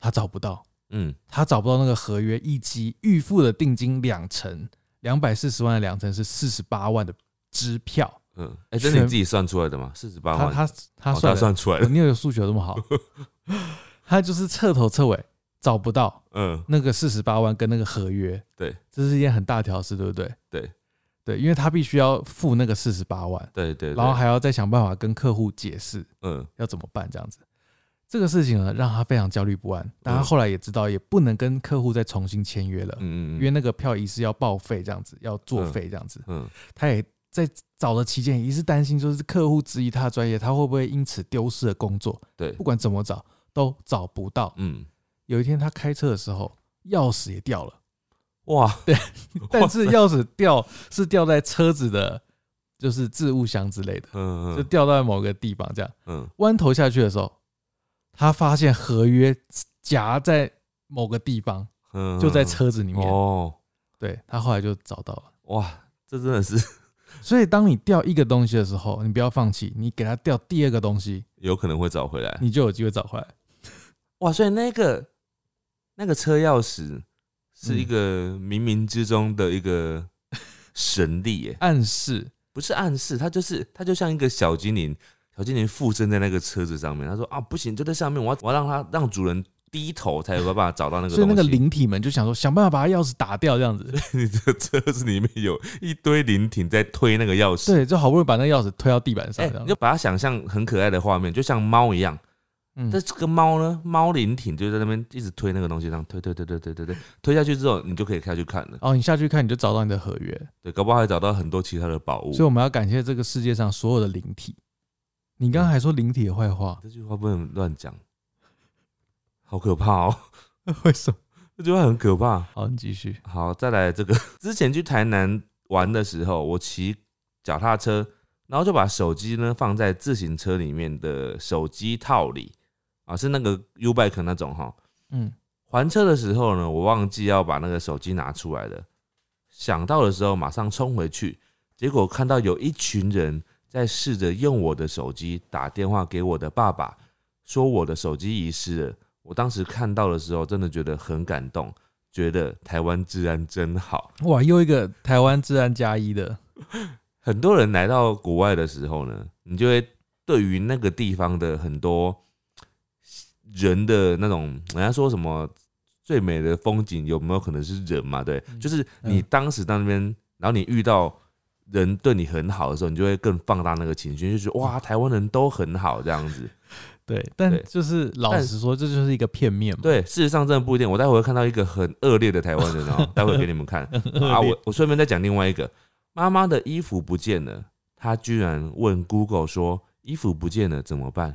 [SPEAKER 1] 他找不到，
[SPEAKER 2] 嗯
[SPEAKER 1] 他找不到那个合约以及预付的定金两成，两百四十万的两成是四十八万的支票。
[SPEAKER 2] 嗯。哎、这是你自己算出来的吗？四十八
[SPEAKER 1] 他
[SPEAKER 2] 万，
[SPEAKER 1] 他他
[SPEAKER 2] 哦他
[SPEAKER 1] 算嗯的，
[SPEAKER 2] 算出来的。
[SPEAKER 1] 你有数学这么好？ 他就是彻头彻尾找不到
[SPEAKER 2] 嗯，
[SPEAKER 1] 那个四十八万跟那个合约。
[SPEAKER 2] 对，
[SPEAKER 1] 这是一件很大条事，对不对？
[SPEAKER 2] 对
[SPEAKER 1] 对，因为他必须要付那个四十八万，
[SPEAKER 2] 对对对。
[SPEAKER 1] 然后还要再想办法跟客户解释
[SPEAKER 2] 嗯
[SPEAKER 1] 要怎么办这样子。这个事情呢，让他非常焦虑不
[SPEAKER 2] 嗯
[SPEAKER 1] 安。但他后来也知道，也不能跟客户再重新签约了，
[SPEAKER 2] 嗯嗯
[SPEAKER 1] 因为
[SPEAKER 2] 嗯
[SPEAKER 1] 那个票仪是要报废这样子，要作废这样子。
[SPEAKER 2] 嗯
[SPEAKER 1] 他也在找的期间，也是担心，就是客户质疑他的专业，他会不会因此丢失了工作？
[SPEAKER 2] 对
[SPEAKER 1] 不管怎么找都找不到。
[SPEAKER 2] 嗯
[SPEAKER 1] 有一天他开车的时候，钥匙也掉 了，
[SPEAKER 2] 哇，
[SPEAKER 1] 但是钥匙掉是掉在车子的，就是置物箱之类的，
[SPEAKER 2] 嗯
[SPEAKER 1] 就
[SPEAKER 2] 嗯
[SPEAKER 1] 掉到某个地方。这样
[SPEAKER 2] 嗯
[SPEAKER 1] 弯头下去的时候，他发现合约夹在某个地方，
[SPEAKER 2] 嗯，
[SPEAKER 1] 就在车子里
[SPEAKER 2] 里
[SPEAKER 1] 面。
[SPEAKER 2] 哦。
[SPEAKER 1] 对他后来就找到了。
[SPEAKER 2] 哇，这真的是
[SPEAKER 1] 所以，当你掉一个东西的时候，你不要放弃，你给他掉第二个东西，
[SPEAKER 2] 有可能会找回来。
[SPEAKER 1] 你就有机会找回来。
[SPEAKER 2] 哇，所以那个
[SPEAKER 1] 嗯
[SPEAKER 2] 那个车钥匙是一个冥冥之中的一个神力耶，
[SPEAKER 1] 暗示
[SPEAKER 2] 不是暗示，它就是它就像一个小精灵，小精灵附身在那个车子上面。他说啊，不行，就在上面，我要我要让它让主人低头才有办法找到那个
[SPEAKER 1] 所以那
[SPEAKER 2] 东
[SPEAKER 1] 个
[SPEAKER 2] 西。
[SPEAKER 1] 灵体们就想说，想办法把他钥匙打掉，这样子。
[SPEAKER 2] 你的车子里面有一堆灵体在推那个钥匙。
[SPEAKER 1] 对，就好不容易把那钥匙推到地板上
[SPEAKER 2] 哎、
[SPEAKER 1] 这样
[SPEAKER 2] 你就把它想象很可爱的画面，就像猫一样。
[SPEAKER 1] 嗯
[SPEAKER 2] 但这个猫呢，猫灵挺就在那边一直推那个东西，这样推推推推推推推，推下去之后，你就可以下去看了。
[SPEAKER 1] 哦，你下去看你就找到你的合约。
[SPEAKER 2] 对，搞不好还找到很多其他的宝物。
[SPEAKER 1] 所以我们要感谢这个世界上所有的灵体。你刚刚还说灵体的坏 话，
[SPEAKER 2] 这句话不能乱讲，好可怕哦！
[SPEAKER 1] 为什么？
[SPEAKER 2] 这句话很可怕。
[SPEAKER 1] 好，你继续。
[SPEAKER 2] 好，再来这个， 之前去台南玩的时候，我骑脚踏车，然后就把手机呢放在自行车里面的手机套里，啊，是那个 U bike 那种哈。
[SPEAKER 1] 嗯，
[SPEAKER 2] 还车的时候呢，我忘记要把那个手机拿出来了，想到的时候马上冲回去，结果看到有一群人在试着用我的手机打电话给我的爸爸，说我的手机遗失了。我当时看到的时候，真的觉得很感动，觉得台湾治安真好。
[SPEAKER 1] 哇，又一个台湾治安加一的，
[SPEAKER 2] 很多人来到国外的时候呢，你就会对于那个地方的很多人的那种，人家说什么最美的风景有没有可能是人嘛？对，就是你当时到那边，然后你遇到人对你很好的时候，你就会更放大那个情绪，就觉得哇，台湾人都很好这样子。
[SPEAKER 1] 对。但
[SPEAKER 2] 对
[SPEAKER 1] 就是老实说，这就是一个片 面嘛。
[SPEAKER 2] 对，事实上真的不一定。我待会会看到一个很恶劣的台湾人哦、 待会给你们看啊。我我顺便再讲另外一个，妈妈的衣服不见了，她居然问 Google 说衣服不见了怎么办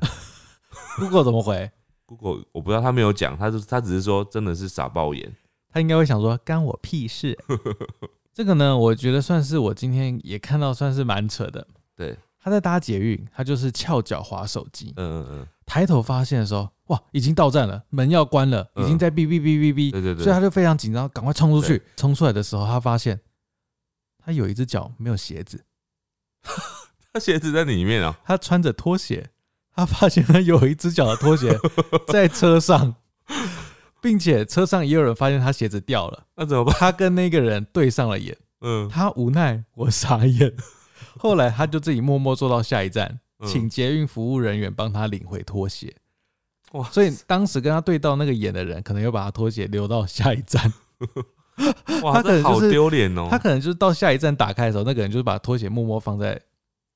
[SPEAKER 1] Google 怎么回？
[SPEAKER 2] ？Google 我不知道他没有讲，他就他只是说真的是傻爆眼。
[SPEAKER 1] 他应该会想说干我屁事。 这个呢，我觉得算是我今天也看到，算是蛮扯的。
[SPEAKER 2] 对，
[SPEAKER 1] 他在搭捷运，他就是翘脚滑手机，
[SPEAKER 2] 嗯嗯嗯，
[SPEAKER 1] 抬头发现的时候，哇，已经到站了，门要关了，
[SPEAKER 2] 嗯
[SPEAKER 1] 已经在哔哔哔哔哔，
[SPEAKER 2] 对对对
[SPEAKER 1] 所以他就非常紧张，赶快冲出去。冲出来的时候，他发现他有一只脚没有鞋子，
[SPEAKER 2] 他鞋子在里面啊、
[SPEAKER 1] 他穿着拖鞋，他发现他有一只脚的拖 鞋在车上，并且车上也有人发现他鞋子掉了，
[SPEAKER 2] 那怎么办？
[SPEAKER 1] 他跟那个人对上了眼。
[SPEAKER 2] 嗯，
[SPEAKER 1] 他无奈，我傻眼。后来他就自己默默坐到下一站，
[SPEAKER 2] 嗯
[SPEAKER 1] 请捷运服务人员帮他领回拖鞋。
[SPEAKER 2] 哇
[SPEAKER 1] 所以当时跟他对到那个眼的人，可能又把他拖鞋留到下一站。
[SPEAKER 2] 哇，
[SPEAKER 1] 他可
[SPEAKER 2] 这
[SPEAKER 1] 能就
[SPEAKER 2] 好
[SPEAKER 1] 是
[SPEAKER 2] 丢脸哦
[SPEAKER 1] 他。可能就是到下一站打开的时候，那个人就是把拖鞋默默放在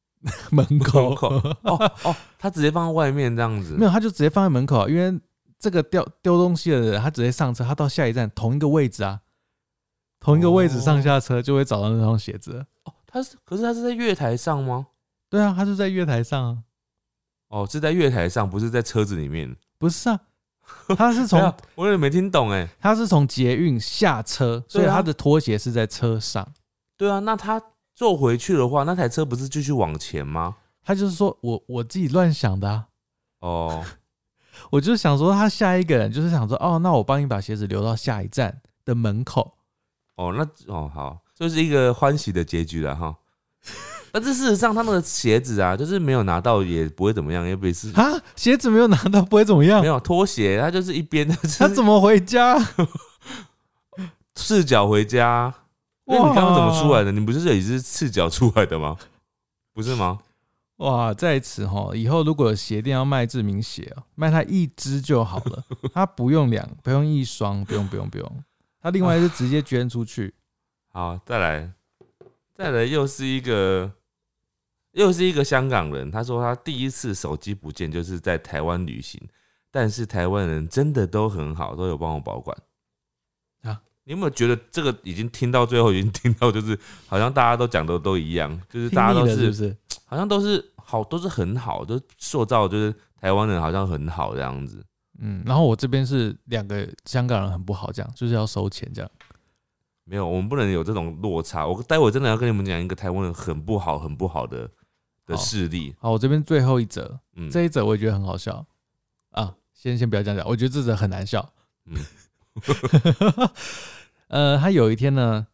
[SPEAKER 1] 门口，
[SPEAKER 2] 门口哦哦，他直接放在外面这样子
[SPEAKER 1] 没，有，他就直接放在门口啊，因为这个掉丢东西的人，他直接上车，他到下一站同一个位置啊，同一个位置上下车就会找到那双鞋子了。
[SPEAKER 2] 哦，他是可是他是在月台上吗？
[SPEAKER 1] 对啊，他就在月台上啊，
[SPEAKER 2] 哦，是在月台上，不是在车子里面。
[SPEAKER 1] 不是 啊，他是从
[SPEAKER 2] 哎呀我有点没听懂哎。
[SPEAKER 1] 他是从捷运下车，
[SPEAKER 2] 啊
[SPEAKER 1] 所以他的拖鞋是在车上。
[SPEAKER 2] 对啊，那他坐回去的话，那台车不是继续往前吗？
[SPEAKER 1] 他就是说我我自己乱想的、啊，
[SPEAKER 2] 哦，
[SPEAKER 1] 我就是想说他下一个人就是想说哦，那我帮你把鞋子留到下一站的门口。
[SPEAKER 2] 哦，那哦好，就是一个欢喜的结局了哈。 但是事实上，他那个鞋子啊，就是没有拿到也不会怎么样，因为 是
[SPEAKER 1] 啊，鞋子没有拿到不会怎么样
[SPEAKER 2] 嗯没，有拖鞋，他就是一边 就是
[SPEAKER 1] 他怎么回家？
[SPEAKER 2] 赤脚回家。那你刚刚怎么出来的？你不是也是赤脚出来的吗？不是吗？
[SPEAKER 1] 哇，在此哈，以后如果有鞋店要卖志明鞋啊，卖他一只就好了，他不用两，不用一双，不用不用不用，他另外就直接捐出去。
[SPEAKER 2] 好，再来，再来，又是一个，又是一个香港人。他说他第一次手机不见，就是在台湾旅行，但是台湾人真的都很好，都有帮我保管
[SPEAKER 1] 啊。
[SPEAKER 2] 你有没有觉得这个已经听到最后，已经听到就是好像大家都讲的都一样，就是啊大家
[SPEAKER 1] 听
[SPEAKER 2] 都
[SPEAKER 1] 腻了
[SPEAKER 2] 是
[SPEAKER 1] 是不是？
[SPEAKER 2] 好像都是好，都是很好，都塑造就是台湾人好像很好这样子。
[SPEAKER 1] 嗯，然后我这边是两个香港人很不好，这样就是要收钱这样。
[SPEAKER 2] 没有，我们不能有这种落差。我待会真的要跟你们讲一个台湾人很不好、很不好的的
[SPEAKER 1] 好
[SPEAKER 2] 事例。
[SPEAKER 1] 好，我这边最后一则，
[SPEAKER 2] 嗯，
[SPEAKER 1] 这一则我也觉得很好笑啊。先先不要这样讲，我觉得这则很难笑。
[SPEAKER 2] 嗯
[SPEAKER 1] 呃，他有一天呢，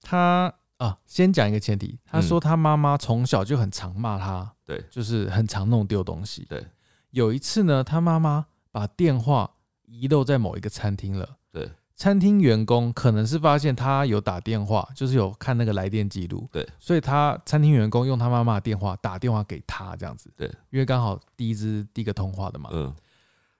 [SPEAKER 1] 他啊，先讲一个前提，他说他妈妈从小就很常骂他，
[SPEAKER 2] 嗯对
[SPEAKER 1] 就是很常弄丢东西。
[SPEAKER 2] 对，
[SPEAKER 1] 有一次呢，他妈妈把电话遗漏在某一个餐厅了，
[SPEAKER 2] 对，
[SPEAKER 1] 餐厅员工可能是发现他有打电话，就是有看那个来电记录，
[SPEAKER 2] 对，
[SPEAKER 1] 所以他餐厅员工用他妈妈的电话打电话给他这样子，
[SPEAKER 2] 对，
[SPEAKER 1] 因为刚好第一支第一个通话的嘛，
[SPEAKER 2] 嗯，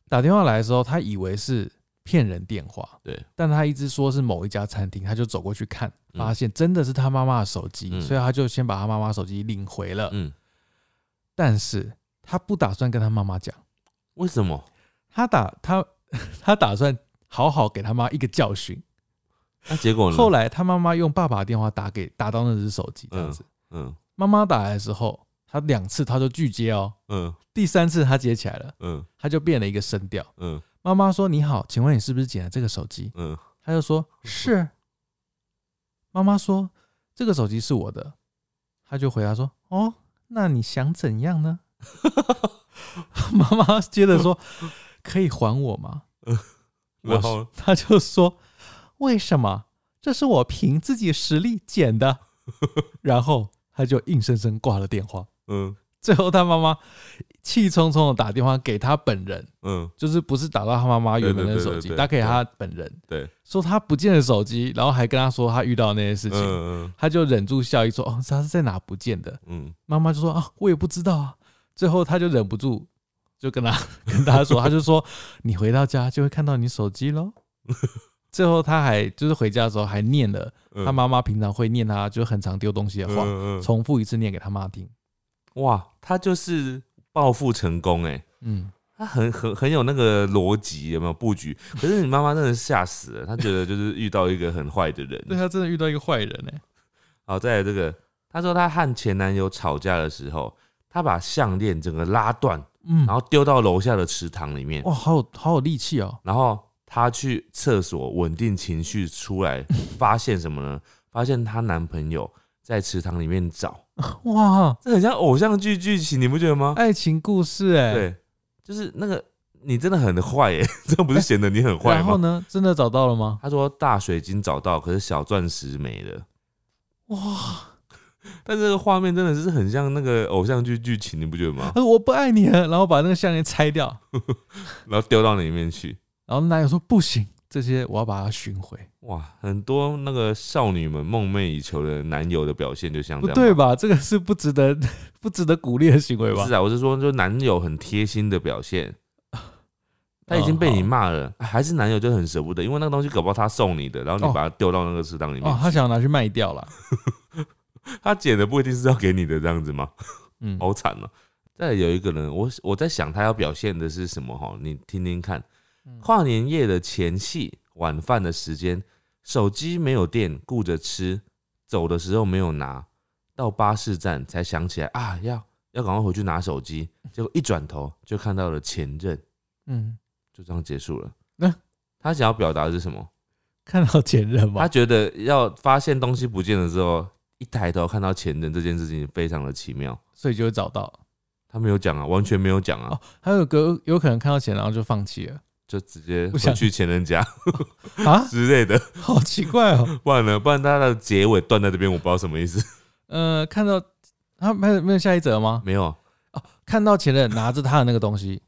[SPEAKER 1] 打电话来的时候，他以为是骗人电话，
[SPEAKER 2] 对，
[SPEAKER 1] 但他一直说是某一家餐厅，他就走过去看，
[SPEAKER 2] 嗯
[SPEAKER 1] 发现真的是他妈妈的手机，
[SPEAKER 2] 嗯
[SPEAKER 1] 所以他就先把他妈妈手机领回了，
[SPEAKER 2] 嗯，
[SPEAKER 1] 但是他不打算跟他妈妈讲，
[SPEAKER 2] 为什么？
[SPEAKER 1] 他打他 他打算好好给他妈一个教训。
[SPEAKER 2] 那结果呢？
[SPEAKER 1] 后来他妈妈用爸爸的电话打给打到那只手机，这样子。
[SPEAKER 2] 嗯
[SPEAKER 1] 妈妈打来的时候，他两次他都拒接哦，
[SPEAKER 2] 嗯
[SPEAKER 1] 第三次他接起来了，
[SPEAKER 2] 嗯
[SPEAKER 1] 他就变了一个声调。
[SPEAKER 2] 嗯
[SPEAKER 1] 妈妈说：“你好，请问你是不是捡了这个手机
[SPEAKER 2] 嗯，？”
[SPEAKER 1] 他就说：“是。”妈妈说：“这个手机是我的。”他就回答说：“哦，那你想怎样呢？” 妈妈接着说：“可以还我吗？”我
[SPEAKER 2] 然后
[SPEAKER 1] 他就说：“为什么？这是我凭自己实力捡的。” 然后他就硬生生挂了电话。
[SPEAKER 2] 嗯
[SPEAKER 1] 最后他妈妈气冲冲的打电话给他本人，
[SPEAKER 2] 嗯
[SPEAKER 1] 就是不是打到他妈妈原本的
[SPEAKER 2] 对对对
[SPEAKER 1] 手机，
[SPEAKER 2] 对对
[SPEAKER 1] 打给他本人，
[SPEAKER 2] 对，
[SPEAKER 1] 说他不见了手机，然后还跟他说他遇到那些事
[SPEAKER 2] 嗯
[SPEAKER 1] 情，
[SPEAKER 2] 嗯
[SPEAKER 1] 他就忍住笑意说：“哦，他是在哪不见的
[SPEAKER 2] 嗯？”
[SPEAKER 1] 妈妈就说：“啊，我也不知道啊。”最后他就忍不住。就跟他 跟他说，他就说你回到家就会看到你手机喽。最后他还就是回家的时候还念了
[SPEAKER 2] 嗯，
[SPEAKER 1] 他妈妈平常会念他就是很常丢东西的话，
[SPEAKER 2] 嗯嗯
[SPEAKER 1] 重复一次念给他妈听。
[SPEAKER 2] 哇，他就是暴富成功哎、
[SPEAKER 1] 嗯，
[SPEAKER 2] 他很很很有那个逻辑，有没有布局？可是你妈妈真的吓死了，她觉得就是遇到一个很坏的
[SPEAKER 1] 对啊
[SPEAKER 2] 人。
[SPEAKER 1] 他真的遇到一个坏人哎、
[SPEAKER 2] 好，再来这个，她说她和前男友吵架的时候，她把项链整个拉断，
[SPEAKER 1] 嗯，
[SPEAKER 2] 然后丢到楼下的池塘里面，
[SPEAKER 1] 哇，好有好有力气哦，
[SPEAKER 2] 然后她去厕所稳定情绪出来，发现什么呢？ 发现她男朋友在池塘里面找，
[SPEAKER 1] 哇，
[SPEAKER 2] 这很像偶像剧剧情，你不觉得吗？
[SPEAKER 1] 爱情故事哎、
[SPEAKER 2] 对，就是那个你真的很坏耶， 这不是显得你很坏
[SPEAKER 1] 哎然后
[SPEAKER 2] 吗？
[SPEAKER 1] 呢，真的找到了吗？
[SPEAKER 2] 他说大水晶找到，可是小钻石没了。
[SPEAKER 1] 哇，
[SPEAKER 2] 但这个画面真的是很像那个偶像剧剧情，你不觉得吗
[SPEAKER 1] 他？说我不爱你了，然后把那个项链拆掉，
[SPEAKER 2] 然后丢到里面去，
[SPEAKER 1] 然后男友说不行，这些我要把它寻回，
[SPEAKER 2] 哇，很多那个少女们梦寐以求的男友的表现就像
[SPEAKER 1] 不
[SPEAKER 2] 这样，
[SPEAKER 1] 对？吧？这个是不值得 不值得鼓励的行为
[SPEAKER 2] 不
[SPEAKER 1] 吧
[SPEAKER 2] 是？啊，我是说，就男友很贴心的 表现。他已经被你骂
[SPEAKER 1] 哦
[SPEAKER 2] 了，哎还是男友就很舍不得，因为那个东西搞不好他送你的，然后你
[SPEAKER 1] 哦
[SPEAKER 2] 把它丢到那个池塘里面
[SPEAKER 1] 哦，他想要拿去卖掉了，
[SPEAKER 2] 他捡的不一定是要给你的，这样子吗？
[SPEAKER 1] 嗯，
[SPEAKER 2] 好惨哦、再来有一个人，我我在想他要表现的是什么哈？你听听看，跨年夜的前戏，晚饭的时间，手机没有电，顾着吃，走的时候没有拿，到巴士站才想起来啊，要要赶快回去拿手机，结果一转头就看到了前任，
[SPEAKER 1] 嗯，
[SPEAKER 2] 就这样结束了。
[SPEAKER 1] 那
[SPEAKER 2] 他想要表达的是什么？
[SPEAKER 1] 看到前任
[SPEAKER 2] 他
[SPEAKER 1] 吧，
[SPEAKER 2] 觉得要发现东西不见了之后，一抬头看到前任这件事情非常的奇妙。
[SPEAKER 1] 所以就会找到
[SPEAKER 2] 他没有讲啊，完全没有讲啊
[SPEAKER 1] 哦，，还有个有可能看到钱然后就放弃了
[SPEAKER 2] 就直接
[SPEAKER 1] 不想
[SPEAKER 2] 回去前任家
[SPEAKER 1] 啊，
[SPEAKER 2] 之类的，
[SPEAKER 1] 好奇怪哦，
[SPEAKER 2] 不然呢？不然他的结尾断在这边，我不知道什么意思。
[SPEAKER 1] 呃，看到他没有没有下一则吗？
[SPEAKER 2] 没有，
[SPEAKER 1] 看到前任拿着他的那个东西，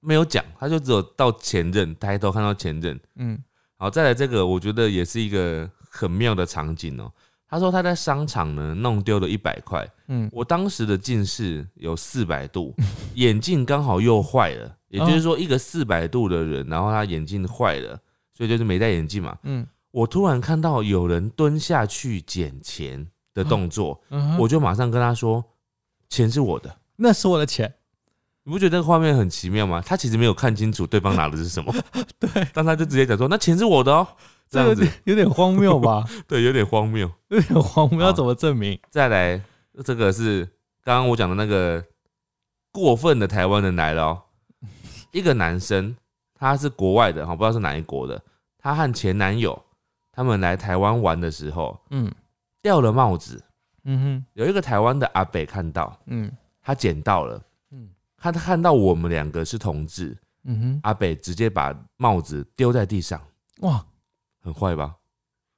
[SPEAKER 2] 没有讲，他就只有到前任抬头看到前任。
[SPEAKER 1] 嗯
[SPEAKER 2] 好，再来这个，我觉得也是一个很妙的场景哦、他说他在商场呢弄丢了一百块，
[SPEAKER 1] 嗯，
[SPEAKER 2] 我当时的近视有四百度，眼镜刚好又坏了，也就是说一个四百度的人，然后他眼镜坏了，所以就是没戴眼镜嘛。
[SPEAKER 1] 嗯
[SPEAKER 2] 我突然看到有人蹲下去捡钱的动作，
[SPEAKER 1] 嗯哼，
[SPEAKER 2] 我就马上跟他说：“钱是我的。
[SPEAKER 1] 那是我的钱，”
[SPEAKER 2] 你不觉得这个画面很奇妙吗？他其实没有看清楚对方拿的是什么，
[SPEAKER 1] 对，
[SPEAKER 2] 但他就直接讲说：“那钱是我的哦、
[SPEAKER 1] 这
[SPEAKER 2] 这样
[SPEAKER 1] 有
[SPEAKER 2] 子
[SPEAKER 1] 点有点荒谬 吧？
[SPEAKER 2] 对，有点荒谬。
[SPEAKER 1] 有点荒谬，
[SPEAKER 2] 好
[SPEAKER 1] 要怎么证明？
[SPEAKER 2] 再来，这个是刚刚我讲的那个过分的台湾人来了哦、一个男生，他是国外的哈，不知道是哪一国的，他和前男友他们来台湾玩的时候
[SPEAKER 1] 嗯
[SPEAKER 2] 掉了帽子，
[SPEAKER 1] 嗯
[SPEAKER 2] 有一个台湾的阿北看到，
[SPEAKER 1] 哼，嗯
[SPEAKER 2] 他捡到了，
[SPEAKER 1] 嗯
[SPEAKER 2] 他看到我们两个是同志，
[SPEAKER 1] 嗯
[SPEAKER 2] 阿北直接把帽子丢在地上，
[SPEAKER 1] 哼，哇
[SPEAKER 2] 很坏吧？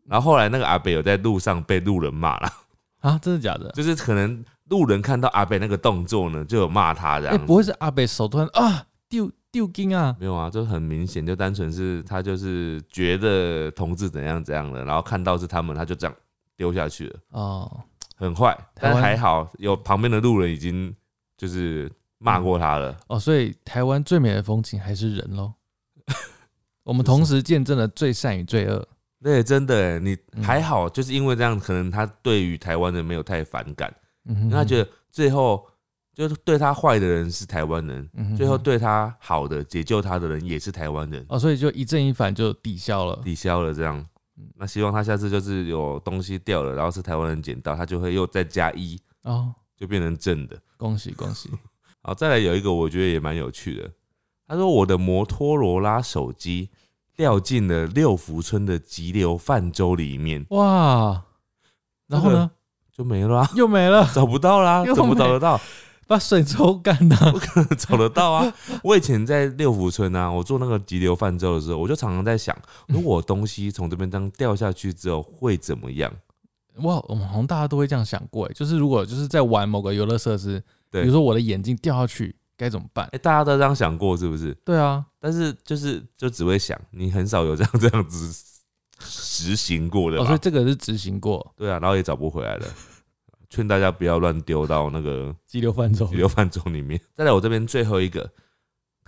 [SPEAKER 2] 然后后来那个阿北有在路上被路人骂了，
[SPEAKER 1] 啊，真的假的？
[SPEAKER 2] 就是可能路人看到阿北那个动作呢，就有骂他这
[SPEAKER 1] 哎，
[SPEAKER 2] 样。
[SPEAKER 1] 不会是阿北手突然啊丢丢金啊！
[SPEAKER 2] 没有啊，就很明显，就单纯是他就是觉得同志怎样怎样的，然后看到是他们，他就这样丢下去了，
[SPEAKER 1] 哦，
[SPEAKER 2] 很坏。
[SPEAKER 1] 台湾
[SPEAKER 2] 但还好有旁边的路人已经就是骂过他了。
[SPEAKER 1] 哦，所以台湾最美的风景还是人 喽。我们同时见证了最善与罪恶。
[SPEAKER 2] 对，哎真的耶，你
[SPEAKER 1] 嗯
[SPEAKER 2] 还好，就是因为这样，可能他对于台湾人没有太反感，
[SPEAKER 1] 嗯哼
[SPEAKER 2] 因为他觉
[SPEAKER 1] 得
[SPEAKER 2] 得最后就是对他坏的人是台湾
[SPEAKER 1] 嗯
[SPEAKER 2] 人，最后对他好的解救他的人也是台湾人，
[SPEAKER 1] 哦，所以就一正一反就抵消了。
[SPEAKER 2] 抵消了这样
[SPEAKER 1] 嗯。
[SPEAKER 2] 那希望他下次就是有东西掉了，然后是台湾人捡到，他就会又再加一，
[SPEAKER 1] 哦，
[SPEAKER 2] 就变成正的。
[SPEAKER 1] 恭喜恭 喜！
[SPEAKER 2] 好，再来有一个我觉得也蛮有趣的，他说我的摩托罗拉手机掉进了六福村的急流泛舟里面，
[SPEAKER 1] 哇，然后呢？
[SPEAKER 2] 就没了、啊，
[SPEAKER 1] 又没了，
[SPEAKER 2] 找不到啦，
[SPEAKER 1] 又
[SPEAKER 2] 怎么
[SPEAKER 1] 没
[SPEAKER 2] 找得到？
[SPEAKER 1] 把水抽干啊 了。
[SPEAKER 2] 找得到啊！ 我以前在六福村啊，我做那个急流泛舟的时候，我就常常在想，如果我东西从这边这样掉下去之后会怎么样？
[SPEAKER 1] 哇，我们好像大家都会这样想过，哎，就是如果就是在玩某个游乐设施，比
[SPEAKER 2] 对
[SPEAKER 1] 如说我的眼镜掉下去该怎么办
[SPEAKER 2] 哎、？大家都这样想过是不是？
[SPEAKER 1] 对啊，
[SPEAKER 2] 但是就是就只会想，你很少有这样这样子实行过的
[SPEAKER 1] 哦，所
[SPEAKER 2] 吧？
[SPEAKER 1] 以这个是执行过
[SPEAKER 2] 对啊，然后也找不回来了。劝大家不要乱丢到那个
[SPEAKER 1] 激流泛舟
[SPEAKER 2] 急流泛舟里面。 再来，我这边最后一个，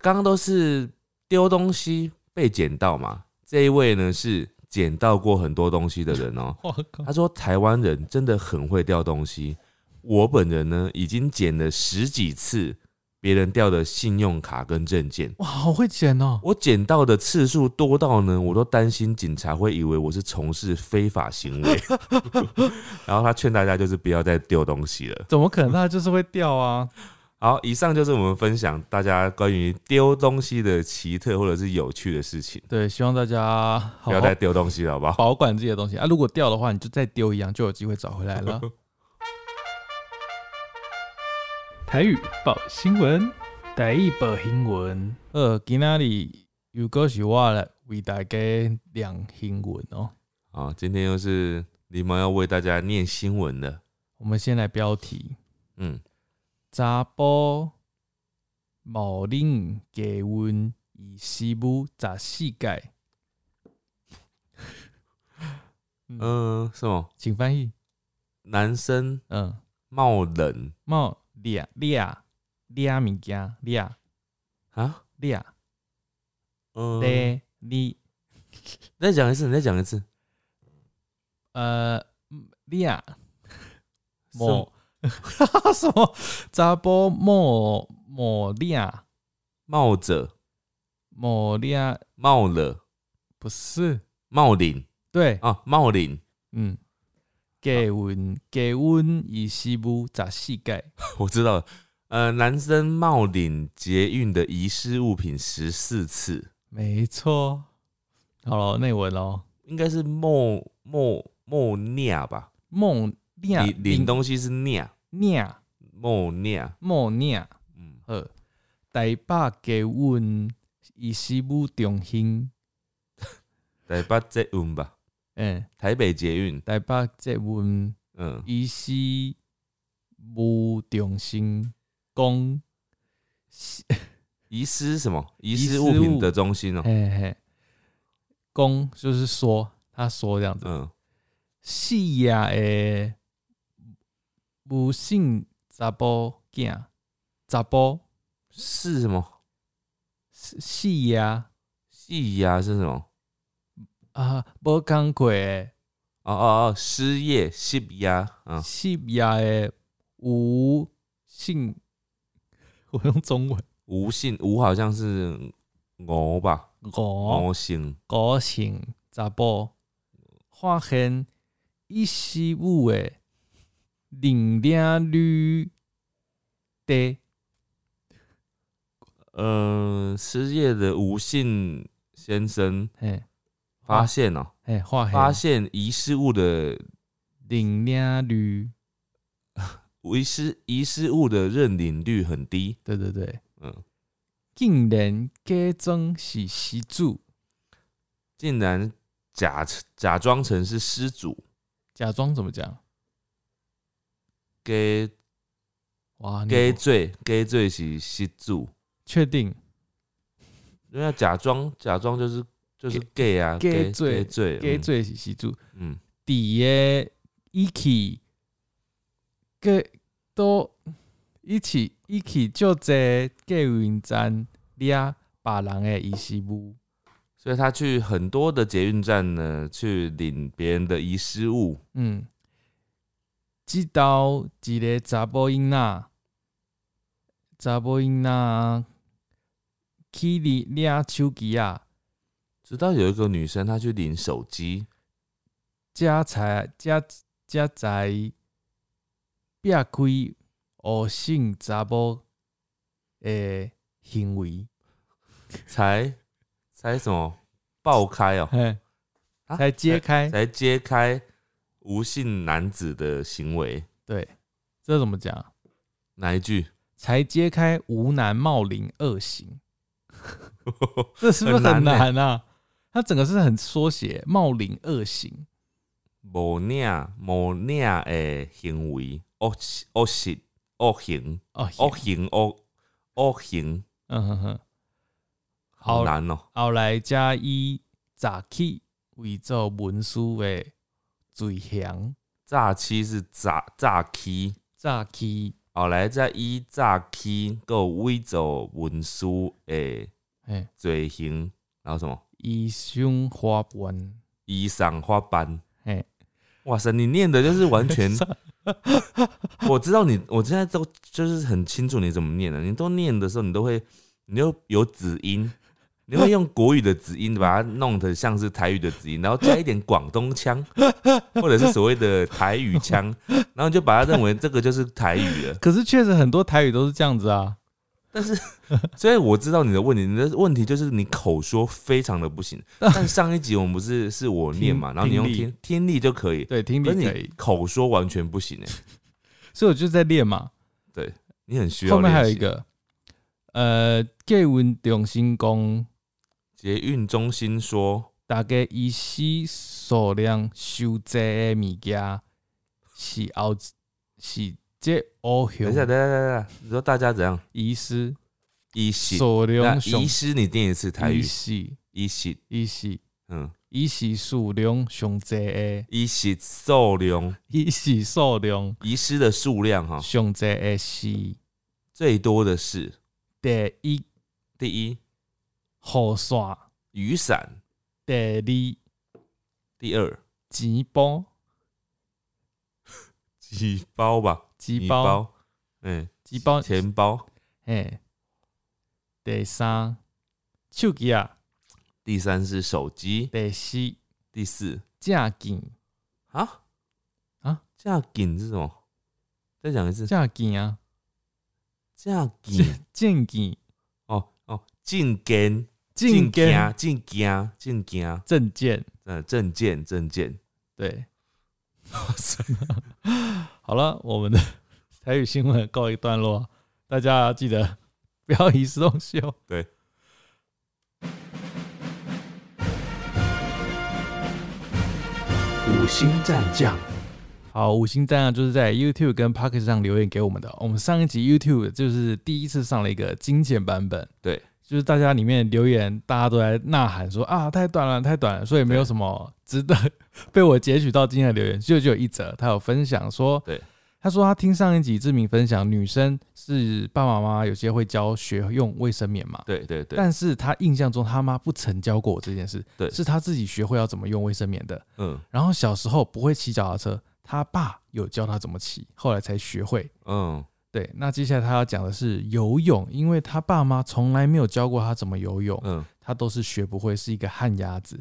[SPEAKER 2] 刚刚都是丢东西被捡到嘛，这一位呢是捡到过很多东西的人哦、
[SPEAKER 1] 我靠
[SPEAKER 2] 他！说台湾人真的很会掉东西，我本人呢已经捡了十几次别人掉的信用卡跟证件，
[SPEAKER 1] 哇，好会捡哦！
[SPEAKER 2] 我捡到的次数多到呢，我都担心警察会以为我是从事非法行为。 然后他劝大家就是不要再丢东西了。
[SPEAKER 1] 怎么可能？它就是会掉啊！
[SPEAKER 2] 好，以上就是我们分享大家关于丢东西的奇特或者是有趣的事情，
[SPEAKER 1] 对，希望大家好
[SPEAKER 2] 不要
[SPEAKER 1] 好
[SPEAKER 2] 再丢东西了，好不好？
[SPEAKER 1] 保管自己的东西啊。如果掉的话，你就再丢一样，就有机会找回来 了。台语报新闻，
[SPEAKER 3] 台语报新闻，
[SPEAKER 1] 呃，今仔日又果是我来为大家亮新闻哦。
[SPEAKER 2] 啊，今天又是狸猫要为大家念新闻了，
[SPEAKER 1] 我们先来标题：
[SPEAKER 2] 嗯，
[SPEAKER 1] 查甫某令结婚以媳妇十四届，
[SPEAKER 2] 嗯、什么？
[SPEAKER 1] 请翻译。
[SPEAKER 2] 男生
[SPEAKER 1] 嗯，
[SPEAKER 2] 冒冷
[SPEAKER 1] 某俩俩俩物件俩
[SPEAKER 2] 啊？
[SPEAKER 1] 俩
[SPEAKER 2] 嗯，
[SPEAKER 1] 的你
[SPEAKER 2] 再讲一次，你再讲一次。
[SPEAKER 1] 呃俩
[SPEAKER 2] 什
[SPEAKER 1] 某什么查甫某某俩
[SPEAKER 2] 冒着
[SPEAKER 1] 某俩
[SPEAKER 2] 冒了
[SPEAKER 1] 不是
[SPEAKER 2] 冒领
[SPEAKER 1] 对
[SPEAKER 2] 啊，冒领，
[SPEAKER 1] 嗯。给阮给阮以媳妇十四届，
[SPEAKER 2] 我知道了。呃，男生冒领捷运的遗失物品十四次，
[SPEAKER 1] 没错。好了，内文哦咯，
[SPEAKER 2] 应该是冒冒冒尿吧？
[SPEAKER 1] 梦念
[SPEAKER 2] 领领东西是尿
[SPEAKER 1] 念
[SPEAKER 2] 冒尿，
[SPEAKER 1] 梦念
[SPEAKER 2] 嗯，
[SPEAKER 1] 呃，台北给阮以西部中心，
[SPEAKER 2] 台北捷运吧，
[SPEAKER 1] 嗯，
[SPEAKER 2] 台北捷运，
[SPEAKER 1] 台北给阮
[SPEAKER 2] 嗯，
[SPEAKER 1] 以西部中心讲，西
[SPEAKER 2] 遗失什么？遗
[SPEAKER 1] 遗
[SPEAKER 2] 失
[SPEAKER 1] 失
[SPEAKER 2] 物品
[SPEAKER 1] 物
[SPEAKER 2] 的中心哦、
[SPEAKER 1] 嘿嘿，讲就是说，他说这样子，
[SPEAKER 2] 嗯，
[SPEAKER 1] 四亚的无姓查甫囝，查甫
[SPEAKER 2] 是什么？
[SPEAKER 1] 四四亚
[SPEAKER 2] 系呀、是什么？
[SPEAKER 1] 啊，无工课的。
[SPEAKER 2] 哦哦哦，失业失业啊，
[SPEAKER 1] 西亚的无性， 我用中文
[SPEAKER 2] 无性无好像是鹅吧，
[SPEAKER 1] 五
[SPEAKER 2] 鹅性
[SPEAKER 1] 五性查甫发现一西五的零点绿的
[SPEAKER 2] 呃，失业的无性先生
[SPEAKER 1] 嘿
[SPEAKER 2] 发现哦、
[SPEAKER 1] 嘿，发
[SPEAKER 2] 发
[SPEAKER 1] 现
[SPEAKER 2] 现遗失物的
[SPEAKER 1] 零点绿，
[SPEAKER 2] 遗失遗失物的认领率很低，
[SPEAKER 1] 对对对，
[SPEAKER 2] 嗯，
[SPEAKER 1] 竟然假装是失主，
[SPEAKER 2] 竟然假假装成是失主
[SPEAKER 1] 假装怎么讲？
[SPEAKER 2] 给
[SPEAKER 1] 哇，你
[SPEAKER 2] 给罪给罪是失主，
[SPEAKER 1] 确定？
[SPEAKER 2] 人家假装假装就是就是 gay 啊
[SPEAKER 1] gay 醉
[SPEAKER 2] 醉醉
[SPEAKER 1] 给
[SPEAKER 2] 嗯
[SPEAKER 1] 最是是主
[SPEAKER 2] 嗯，
[SPEAKER 1] 底耶一起个都一起一起就这个云站俩把人的衣食物，
[SPEAKER 2] 所以他去很多的捷运站呢，去领别人的遗失物，
[SPEAKER 1] 嗯，直到一个查甫囡仔，查甫囡仔去你俩手机啊。
[SPEAKER 2] 直到有一个女生她去领手机，
[SPEAKER 1] 家才家家才避开恶性查某诶行为，
[SPEAKER 2] 才才什么爆开哦、
[SPEAKER 1] 嘿
[SPEAKER 2] 啊
[SPEAKER 1] 才揭开。
[SPEAKER 2] 才揭开无姓男子的行为，
[SPEAKER 1] 对，这怎么讲啊？
[SPEAKER 2] 哪一句？
[SPEAKER 1] 才揭开吴男茂林恶 行，这是不是很
[SPEAKER 2] 很难欸
[SPEAKER 1] 难啊？它整个是很缩写，茂林恶行，
[SPEAKER 2] 某领某领的行为，恶习恶行恶行
[SPEAKER 1] 哦，
[SPEAKER 2] 恶行恶恶行，
[SPEAKER 1] 嗯哼哼。
[SPEAKER 2] 好
[SPEAKER 1] 好
[SPEAKER 2] 难哦、
[SPEAKER 1] 后来加以诈起伪造文书的罪行，
[SPEAKER 2] 诈欺是诈诈欺，
[SPEAKER 1] 诈起，
[SPEAKER 2] 后来再以诈欺个伪造文书的
[SPEAKER 1] 嘿。
[SPEAKER 2] 罪行，然后什么
[SPEAKER 1] 医生花瓣，
[SPEAKER 2] 以上花斑。
[SPEAKER 1] 嘿，
[SPEAKER 2] 哇塞，你念的就是完全，我知道你，我现在都就是很清楚你怎么念的。你都念的时候，你都会，你又有子音，你会用国语的子音把它弄得像是台语的子音，然后加一点广东腔，或者是所谓的台语腔，然后你就把它认为这个就是台语了。
[SPEAKER 1] 可是确实很多台语都是这样子啊。
[SPEAKER 2] 但是，所以我知道你的问题，你的问题就是你口说非常的不 行。但上一集我们不是是我念嘛，
[SPEAKER 1] 听
[SPEAKER 2] 然后你用
[SPEAKER 1] 听力
[SPEAKER 2] 听听力就可以，
[SPEAKER 1] 对，听力
[SPEAKER 2] 可是
[SPEAKER 1] 可
[SPEAKER 2] 你
[SPEAKER 1] 以，
[SPEAKER 2] 口说完全不行哎、
[SPEAKER 1] 所以我就在练嘛。
[SPEAKER 2] 你很需要。
[SPEAKER 1] 后面还有一，个，呃，给文中心讲，
[SPEAKER 2] 捷运中心说
[SPEAKER 1] 大概医师数量收集的物件是后是这乌：“
[SPEAKER 2] 等一
[SPEAKER 1] 熊
[SPEAKER 2] 下，等一下，等一下，你说大家怎样？
[SPEAKER 1] 医师
[SPEAKER 2] 医师，
[SPEAKER 1] 数
[SPEAKER 2] 那
[SPEAKER 1] 量
[SPEAKER 2] 医师，你念一次台语
[SPEAKER 1] 医，师
[SPEAKER 2] 医师，
[SPEAKER 1] 医师
[SPEAKER 2] 嗯，
[SPEAKER 1] 医师数量上济的，
[SPEAKER 2] 医师数量，
[SPEAKER 1] 医师数量
[SPEAKER 2] 医师的数量哈，
[SPEAKER 1] 上济的是
[SPEAKER 2] 最多的是
[SPEAKER 1] 第一
[SPEAKER 2] 第一
[SPEAKER 1] 雨伞，
[SPEAKER 2] 雨伞，
[SPEAKER 1] 第二
[SPEAKER 2] 第二
[SPEAKER 1] 钱包，
[SPEAKER 2] 几包吧，
[SPEAKER 1] 钱
[SPEAKER 2] 几
[SPEAKER 1] 包，
[SPEAKER 2] 包，嗯，
[SPEAKER 1] 钱包，
[SPEAKER 2] 钱包，
[SPEAKER 1] 嘿，第三手机啊，
[SPEAKER 2] 第三是手机，
[SPEAKER 1] 第四
[SPEAKER 2] 第四
[SPEAKER 1] 正经
[SPEAKER 2] 啊
[SPEAKER 1] 啊，
[SPEAKER 2] 架颈是什么？再讲一次，
[SPEAKER 1] 正经啊，
[SPEAKER 2] 架颈
[SPEAKER 1] 正经
[SPEAKER 2] 哦哦，进根。
[SPEAKER 1] 正经
[SPEAKER 2] 行进行进行，
[SPEAKER 1] 证件，
[SPEAKER 2] 呃，证件证件，
[SPEAKER 1] 对， 好了，我们的 台语新闻告一段落，大家记得不要遗失东西哦。
[SPEAKER 2] 对。
[SPEAKER 4] 五星战将，
[SPEAKER 1] 好，五星赞啊，就是在 YouTube 跟 p o c k e t 上留言给我们的。我们上一集 YouTube 就是第一次上了一个精简版本，
[SPEAKER 2] 对，
[SPEAKER 1] 就是大家里面留言，大家都在呐喊说啊，太短了，太短了，所以没有什么值得被我截取到今天的留言，就只有一则，他有分享说，
[SPEAKER 2] 对，
[SPEAKER 1] 他说他听上一集志明分享，女生是爸爸妈妈有些会教学用卫生棉嘛，
[SPEAKER 2] 对对对，
[SPEAKER 1] 但是他印象中他妈不曾教过我这件事，
[SPEAKER 2] 对
[SPEAKER 1] 是他自己学会要怎么用卫生棉的，
[SPEAKER 2] 嗯
[SPEAKER 1] 然后小时候不会骑脚踏车，他爸有教他怎么骑，后来才学会。
[SPEAKER 2] 嗯，
[SPEAKER 1] 对，那接下来他要讲的是游泳，因为他爸妈从来没有教过他怎么游泳，
[SPEAKER 2] 嗯，
[SPEAKER 1] 他都是学不会，是一个旱鸭子。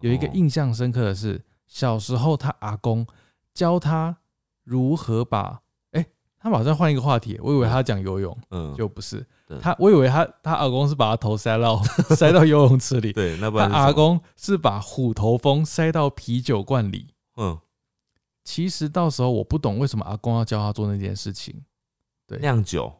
[SPEAKER 1] 有一个
[SPEAKER 2] 哦
[SPEAKER 1] 印象深刻的是，小时候他阿公教他如何把，哎，他马上换一个话题，我以为他讲游泳，
[SPEAKER 2] 嗯，
[SPEAKER 1] 就不是
[SPEAKER 2] 对
[SPEAKER 1] 他，我以为他他阿公是把他头塞到 塞到游泳池里，
[SPEAKER 2] 对，那不
[SPEAKER 1] 他
[SPEAKER 2] 然是什么
[SPEAKER 1] 阿，公是把虎头蜂塞到啤酒罐里。
[SPEAKER 2] 嗯，
[SPEAKER 1] 其实到时候我不懂为什么阿公要教他做那件事情，
[SPEAKER 2] 酿酒，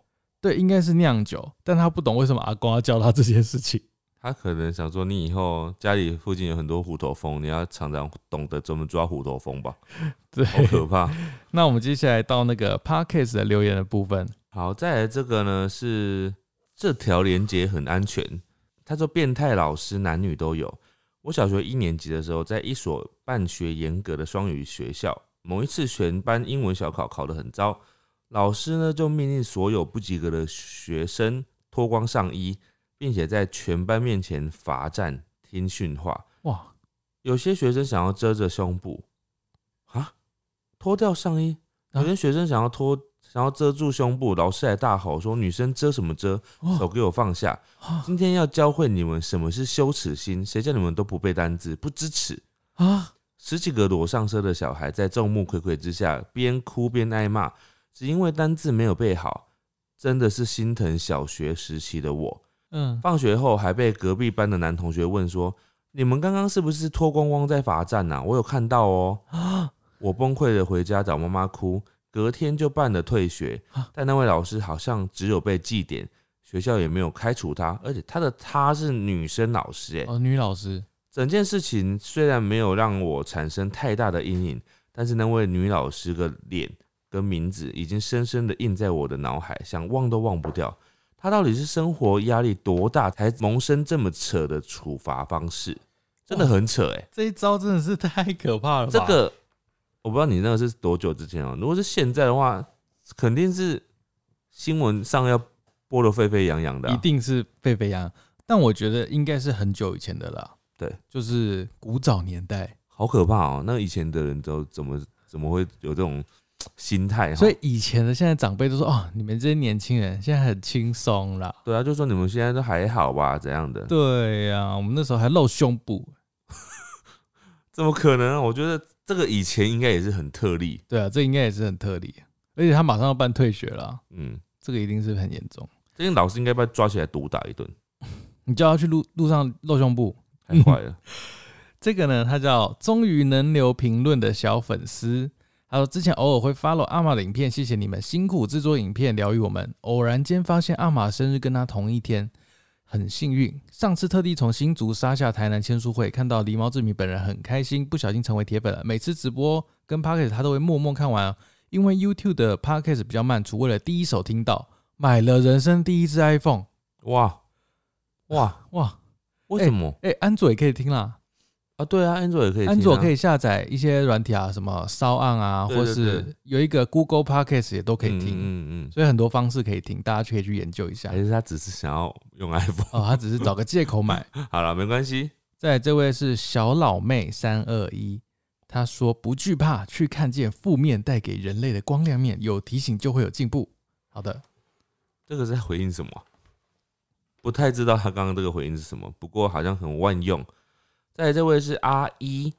[SPEAKER 1] 对，应该是酿酒，但他不懂为什么阿公要教他这件事情。
[SPEAKER 2] 他可能想说，你以后家里附近有很多虎头蜂，你要常常懂得怎么抓虎头蜂吧，
[SPEAKER 1] 对，
[SPEAKER 2] 好可怕。
[SPEAKER 1] 那我们接下来到那个 podcast 的留言的部分，
[SPEAKER 2] 好，再来这个呢是这条连接很安全，他说变态老师男女都有。我小学一年级的时候，在一所办学严格的双语学校，某一次全班英文小考考得很糟，老师呢就命令所有不及格的学生脱光上衣，并且在全班面前罚站听训话。
[SPEAKER 1] 哇，
[SPEAKER 2] 有些学生想要遮着胸部，啊，脱掉上衣；
[SPEAKER 1] 啊
[SPEAKER 2] 有些学生想要脱，想要遮住胸部，老师还大吼说：“女生遮什么遮？手
[SPEAKER 1] 哦，
[SPEAKER 2] 给我放下！
[SPEAKER 1] 啊
[SPEAKER 2] 今天要教会你们什么是羞耻心，谁叫你们都不背单字，不知耻！”
[SPEAKER 1] 啊，
[SPEAKER 2] 十几个裸上身的小孩在众目睽睽之下，边哭边挨骂，只因为单字没有背好，真的是心疼小学时期的我。
[SPEAKER 1] 嗯，
[SPEAKER 2] 放学后还被隔壁班的男同学问说：“你们刚刚是不是脱光光在罚站呐、我有看到哦。”
[SPEAKER 1] 啊
[SPEAKER 2] 我崩溃的回家找妈妈哭，隔天就办了退学
[SPEAKER 1] 啊，
[SPEAKER 2] 但那位老师好像只有被记点，学校也没有开除他，而且他的他是女生老师、欸，
[SPEAKER 1] 哦，女老师，
[SPEAKER 2] 整件事情虽然没有让我产生太大的阴影，但是那位女老师的脸跟名字已经深深的印在我的脑海，想忘都忘不掉。她到底是生活压力多大，才萌生这么扯的处罚方式？真的很扯哎、
[SPEAKER 1] 这一招真的是太可怕了吧，
[SPEAKER 2] 这个我不知道你那个是多久之前哦、如果是现在的话，肯定是新闻上要播的沸沸扬扬的啊、
[SPEAKER 1] 一定是沸沸扬，但我觉得应该是很久以前的啦，
[SPEAKER 2] 对，
[SPEAKER 1] 就是古早年代，
[SPEAKER 2] 好可怕哦、那以前的人都怎么怎么会有这种心态哦？
[SPEAKER 1] 所以以前的现在长辈都说哦，你们这些年轻人现在很轻松啦。
[SPEAKER 2] 对啊，就说你们现在都还好吧，怎样的？
[SPEAKER 1] 对呀、我们那时候还露胸部，
[SPEAKER 2] 怎么可能啊？我觉得这个以前应该也是很特例，
[SPEAKER 1] 对啊，这应该也是很特例，而且他马上要办退学了啊，
[SPEAKER 2] 嗯，
[SPEAKER 1] 这个一定是很严重。
[SPEAKER 2] 这些老师应该被抓起来毒打一顿，
[SPEAKER 1] 你叫他去路路上露胸部，
[SPEAKER 2] 太坏了。
[SPEAKER 1] 这个呢，他叫终于能留评论的小粉丝。他说之前偶尔会 follow 阿玛的影片，谢谢你们辛苦制作影片疗愈我们。偶然间发现阿玛生日跟他同一天，很幸运。上次特地从新竹杀下台南签书会，看到狸猫志明本人很开心，不小心成为铁粉了。每次直播跟 p o c k e t 他都会默默看完哦，因为 YouTube 的 p o c k e t 比较慢，除为了第一手听到，买了人生第一只 iPhone。
[SPEAKER 2] 哇哇，
[SPEAKER 1] 哇，
[SPEAKER 2] 为什么、
[SPEAKER 1] 哎、安卓也可以听啦。
[SPEAKER 2] 啊？对啊，安卓也可以、啊，
[SPEAKER 1] 安卓可
[SPEAKER 2] 以
[SPEAKER 1] 以下载一些软体啊，什么烧案啊，
[SPEAKER 2] 对
[SPEAKER 1] 或
[SPEAKER 2] 对
[SPEAKER 1] 是
[SPEAKER 2] 对
[SPEAKER 1] 有一个 Google Podcast 也都可以
[SPEAKER 2] 嗯哎
[SPEAKER 1] 听，
[SPEAKER 2] 嗯嗯
[SPEAKER 1] 所以很多方式可以听，大家可以去研究一下
[SPEAKER 2] 还。是他只是想要用 iPhone？
[SPEAKER 1] 哦，他只是找个借口买。
[SPEAKER 2] 好了，没关系。
[SPEAKER 1] 再来这位是小老妹三二一，她说不惧怕去看见负面带给人类的光亮面，有提醒就会有进步。好的，
[SPEAKER 2] 这个是在回应什么啊？不太知道他刚刚这个回应是什么，不过好像很万用。再来这位是阿一，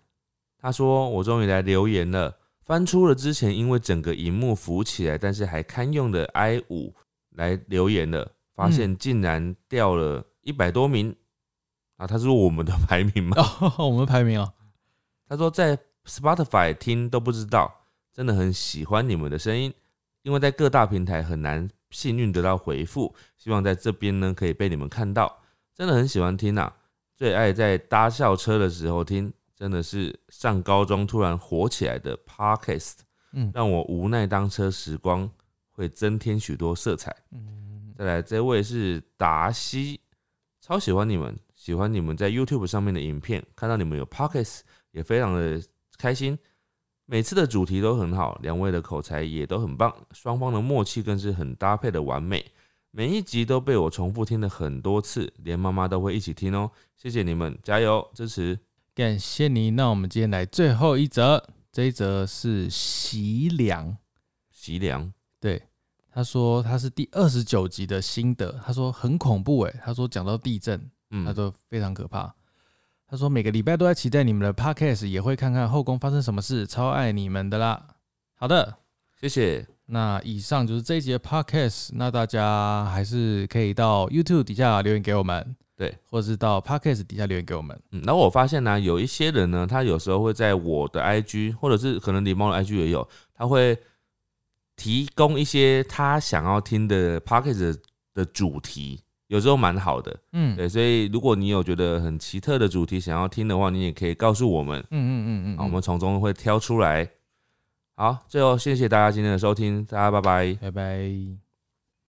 [SPEAKER 2] 他说：“我终于来留言了，翻出了之前因为整个荧幕浮起来，但是还堪用的 i 五来留言了，发现竟然掉了一百多名、啊！他是我们的排名吗？
[SPEAKER 1] 哦， 我们排名哦，
[SPEAKER 2] 他说在 Spotify 听都不知道，真的很喜欢你们的声音，因为在各大平台很难幸运得到回复，希望在这边呢可以被你们看到，真的很喜欢听啊，最爱在搭校车的时候听，真的是上高中突然火起来的 Podcast，
[SPEAKER 1] 嗯
[SPEAKER 2] 让我无奈当车时光会增添许多色彩。
[SPEAKER 1] 嗯，
[SPEAKER 2] 再来这位是达西，超喜欢你们，喜欢你们在 YouTube 上面的影片，看到你们有 Pockets 也非常的开心。每次的主题都很好，两位的口才也都很棒，双方的默契更是很搭配的完美。每一集都被我重复听了很多次，连妈妈都会一起听哦。谢谢你们，加油支持！
[SPEAKER 1] 感谢你。那我们今天来最后一则，这一则是习良。
[SPEAKER 2] 席良，
[SPEAKER 1] 对，他说他是第二十九集的心得，他说很恐怖诶、他说讲到地震，
[SPEAKER 2] 嗯，
[SPEAKER 1] 他说非常可怕。他说每个礼拜都在期待你们的 podcast，也会看看后宫发生什么事，超爱你们的啦。好的，
[SPEAKER 2] 谢谢，
[SPEAKER 1] 那以上就是这一节 podcast，那大家还是可以到 YouTube 底下留言给我们，
[SPEAKER 2] 对，
[SPEAKER 1] 或者是到 podcast 底下留言给我们。
[SPEAKER 2] 嗯，然后我发现呢、有一些人呢，他有时候会在我的 IG，或者是可能狸猫的 IG 也有，他会提供一些他想要听的 p o c k e t 的主题，有时候蛮好的。
[SPEAKER 1] 嗯，
[SPEAKER 2] 对，所以如果你有觉得很奇特的主题想要听的话，你也可以告诉我们，
[SPEAKER 1] 嗯嗯嗯嗯，
[SPEAKER 2] 啊，我们从中会挑出来。好，最后谢谢大家今天的收听，大家拜拜。
[SPEAKER 1] 拜拜。